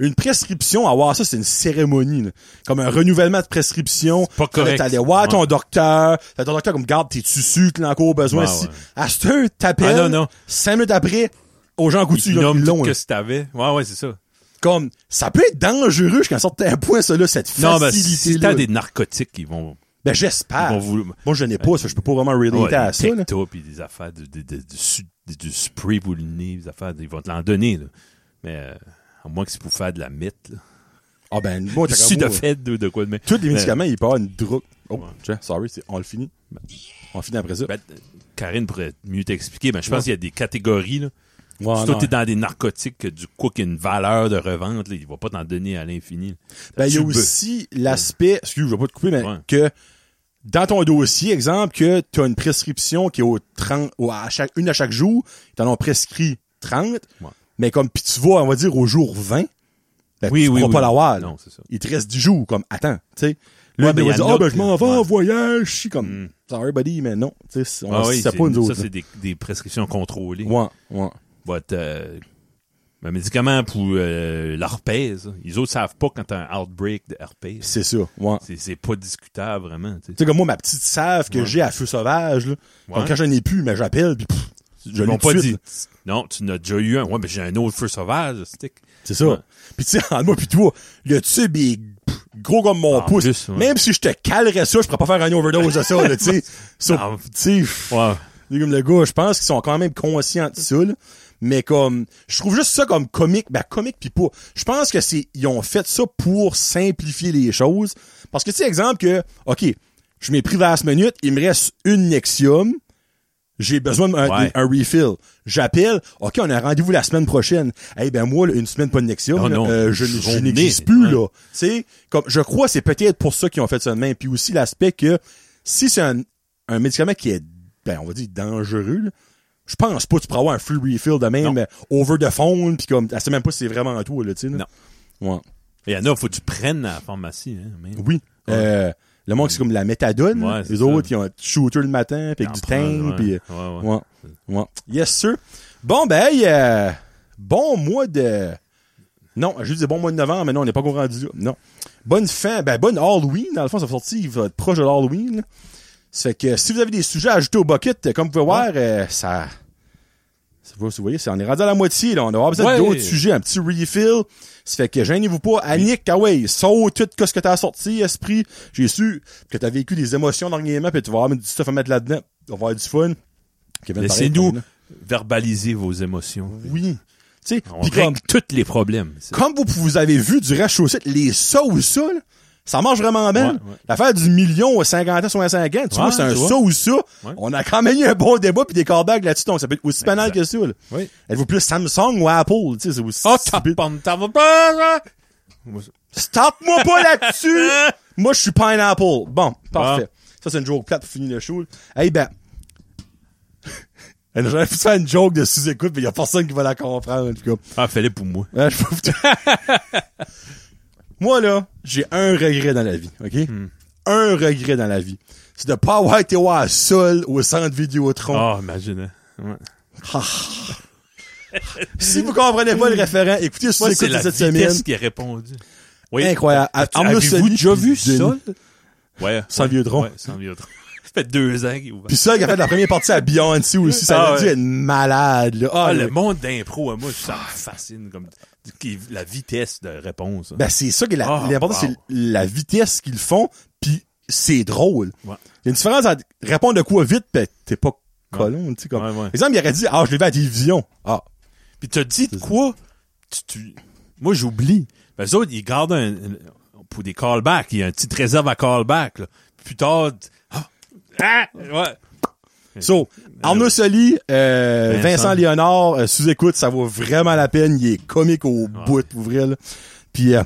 A: Une prescription, avoir ça, c'est une cérémonie, là. comme un renouvellement de prescription.
B: pas correct.
A: T'allais voir ton
B: Ouais.
A: docteur, t'as ton docteur comme, garde, t'es-tu sûr que t'en as encore besoin?
B: Ouais,
A: si...
B: ouais.
A: À cette heure, t'appelles,
B: Ah, non, non.
A: cinq minutes après, aux gens coutus,
B: Ils
A: là,
B: nomment
A: ils l'ont,
B: tout
A: là.
B: que si t'avais. Ouais, ouais, c'est ça.
A: Comme, ça peut être dangereux jusqu'à un certain point, ça, là, cette
B: Non, mais si
A: facilité-là.
B: t'as des narcotiques, ils vont,
A: Ben,
B: ils
A: j'espère.
B: vont vouloir.
A: Moi, je n'ai pas ça, je peux pas vraiment relater
B: Ouais,
A: à
B: des
A: ça, là.
B: Pectos, puis des affaires de, de- de- du su- du- du spray pour le nez, des affaires, ils vont te l'en donner, là. Mais, euh, à moins que c'est pour faire de la mythe, là.
A: Ah, ben, moi,
B: Du
A: t'as comme moi,
B: sudafed ou de quoi de même.
A: Tous les
B: Mais-
A: médicaments, ils peuvent avoir une drogue. Oh,
B: Ouais.
A: tiens, sorry, c'est- on le finit. On le finit après ça.
B: Ben, euh, Karine pourrait mieux t'expliquer, mais je pense
A: Ouais.
B: qu'il y a des catégories, là.
A: Ouais,
B: si toi,
A: non.
B: t'es dans des narcotiques, que du quoi qu'il y a une valeur de revente, là, il va pas t'en donner à l'infini.
A: Ben, il y a
B: Tu le-
A: aussi l'aspect, excuse, je vais pas te couper, mais
B: Ouais.
A: que dans ton dossier, exemple, que tu as une prescription qui est au 30, ou à chaque, une à chaque jour, ils t'en ont prescrit 30,
B: Ouais.
A: mais comme, puis tu vas, on va dire, au jour 20, ben,
B: Oui,
A: tu
B: oui,
A: pourras
B: oui.
A: pas l'avoir. là.
B: Non, c'est ça.
A: Il te reste 10 jours, comme, attends, tu sais. Là,
B: Ouais, ben,
A: il
B: y
A: va
B: en
A: dire,
B: a
A: ah, ben,
B: que-
A: je m'en vais en
B: ouais.
A: voyage, je suis comme,
B: Mm.
A: sorry, buddy, mais non, tu sais, on
B: Ah
A: ne
B: oui,
A: sait
B: c'est-
A: pas, nous autres.
B: Ça,
A: là.
B: c'est des, des prescriptions contrôlées.
A: Ouais, ouais.
B: Votre, euh, un médicament pour euh, l'herpès, là. les autres savent pas quand t'as un outbreak de herpès.
A: C'est ça, ouais.
B: C'est, c'est pas discutable, vraiment. tu sais.
A: Tu sais, comme moi, ma petite save que
B: Ouais.
A: j'ai à feu sauvage, là, comme
B: Ouais.
A: quand j'en ai plus, mais j'appelle, puis pff, je
B: Ils
A: l'ai
B: m'ont
A: tout de
B: pas
A: suite,
B: dit.
A: là.
B: Non, tu n'as déjà eu un. Ouais, mais j'ai un autre feu sauvage, stick.
A: C'est ça.
B: Ouais.
A: Puis tu sais, en moi, puis toi, le tube est pff, gros comme mon
B: En
A: pouce.
B: plus, ouais.
A: Même si je te calerais ça, je pourrais pas faire une overdose de ça, là, tu sais. So,
B: Non.
A: tu sais, pff,
B: Ouais.
A: comme le gars, je pense qu'ils sont quand même conscients de ça, là. Mais comme, je trouve juste ça comme comique, ben comique pis pas. Je pense que c'est, ils ont fait ça pour simplifier les choses. Parce que tu sais, exemple que, ok, je m'ai pris 20 minutes, il me reste une Nexium, j'ai besoin d'un
B: Ouais.
A: un refill. J'appelle, ok, on a rendez-vous la semaine prochaine. Eh ben moi, là, une semaine pas de Nexium,
B: Oh Non,
A: là,
B: non,
A: euh, je, n-
B: journée,
A: je n'existe plus
B: ouais.
A: là. Tu sais, comme je crois, que c'est peut-être pour ça qu'ils ont fait ça de même. Puis aussi l'aspect que si c'est un, un médicament qui est, ben on va dire dangereux, là, je pense pas que tu pourras avoir un free refill de
B: Non.
A: même euh, over the phone, puis comme, elle sait même pas si c'est vraiment toi là, tu sais. là. Ouais.
B: Il y en a, faut que tu prennes à la pharmacie. Hein, mais-
A: Oui.
B: Ouais.
A: Euh, le monde, c'est comme la méthadone.
B: Ouais,
A: là.
B: c'est
A: les
B: ça.
A: autres, ils ont un petit shooter le matin, puis
B: En
A: avec du
B: prendre,
A: thym,
B: ouais.
A: puis euh,
B: Ouais, ouais.
A: Ouais. Ouais. Yes, sir. Bon, ben, hey, euh, bon mois de. Non, je dis bon mois de novembre, mais non, on n'est pas encore rendu là. Non. Bonne fin, ben, bonne Halloween. Dans le fond, ça va sortir il va être proche de l'Halloween. là. Ça fait que si vous avez des sujets à ajouter au bucket, euh, comme vous pouvez voir, euh, ça. ça sais pas si vous voyez, c'est- on est rendu à la moitié, là. On aura besoin
B: Ouais.
A: d'autres sujets, un petit refill. Ça fait que gênez-vous pas. Annick, ah ouais, saute tout que ce que t'as sorti, esprit. J'ai su que t'as vécu des émotions dernièrement, puis tu vas avoir du stuff à mettre là-dedans. On va avoir du fun. Kevin,
B: Laissez-nous
A: pareil,
B: verbaliser vos émotions.
A: Oui. Tu sais,
B: On
A: puis
B: règle
A: comme,
B: tous les problèmes. C'est-
A: comme vous, vous avez vu du site les sauces, ça, là, ça mange vraiment bien.
B: Ouais, ouais.
A: L'affaire du million à 50 ans, 65 ans, tu vois,
B: Ouais,
A: c'est un
B: tu vois.
A: ça ou ça.
B: Ouais.
A: On a quand même eu un bon débat puis des callbacks là-dessus, donc ça peut être aussi banal que ça. là.
B: Oui.
A: Êtes-vous plus Samsung ou Apple? Tu sais, c'est aussi
B: Oh,
A: stupide.
B: t'en- t'en vas pas, hein?
A: Stop-moi pas là-dessus!
B: Ah.
A: Moi, je suis Pineapple. Bon, parfait. Ça, c'est une joke plate pour finir le show. Hey, ben. J'aurais pu faire une joke de sous-écoute, mais il y a personne qui va la comprendre, en tout cas.
B: Ah, fallait pour moi.
A: Ouais, je peux vous- Moi, là, j'ai un regret dans la vie, OK?
B: Hmm.
A: Un regret dans la vie. C'est de pas avoir été voir seul au centre Vidéotron.
B: Ah, imagine. hein. Ouais.
A: Ah. Si vous comprenez pas le référent, écoutez
B: Moi,
A: sous-écoute
B: c'est la
A: de cette
B: vitesse
A: semaine.
B: qui a répondu. Oui.
A: Incroyable.
B: As-tu-
A: Arnaud
B: Avez-vous
A: Soli,
B: déjà
A: puis
B: vu
A: Denis.
B: ça? Ouais.
A: Sans
B: ouais,
A: Vidéotron.
B: Ouais, sans Vidéotron. Ça fait deux ans qu'il est ouvert.
A: Puis ça, il a fait la première partie à Beyoncé aussi. Ça
B: Ah
A: a dû
B: ouais.
A: être malade, là. Ah,
B: Ah,
A: là,
B: le monde d'impro, hein, moi, ça me fascine. Comme, qui- la vitesse de réponse. hein.
A: Ben, c'est ça qui est la-
B: Ah,
A: l'important,
B: wow.
A: c'est la vitesse qu'ils font, puis c'est drôle. Il
B: Ouais.
A: y a une différence entre répondre de quoi vite, pis t'es pas colon, tu sais, comme.
B: Ouais, ouais.
A: Exemple, il aurait dit, ah, je l'ai vu à la télévision. Ah.
B: Puis t'as dit de quoi? Tu, tu- Moi, j'oublie. Ben, eux autres, ils gardent un, un- pour des callbacks. Il y a une petite réserve à callback. Là. Plus tard... t- Ah! Ah! Ouais.
A: So, Arnaud Soli, euh,
B: Vincent.
A: Vincent Léonard, euh, sous-écoute, ça vaut vraiment la peine. Il est comique au bout, pour vrai, là. Puis, euh,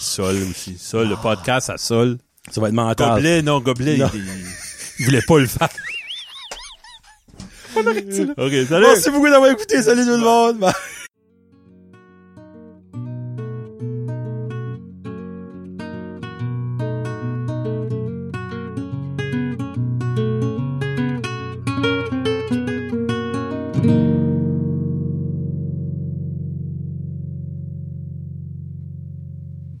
B: Sol aussi. Sol, le podcast à Sol.
A: ça va être mental.
B: Gobelet, non, Gobelet,
A: Non.
B: Il, il- il voulait pas le faire. Euh, On arrête ça, OK, salut!
A: Merci beaucoup d'avoir écouté. Salut tout le monde. Bye.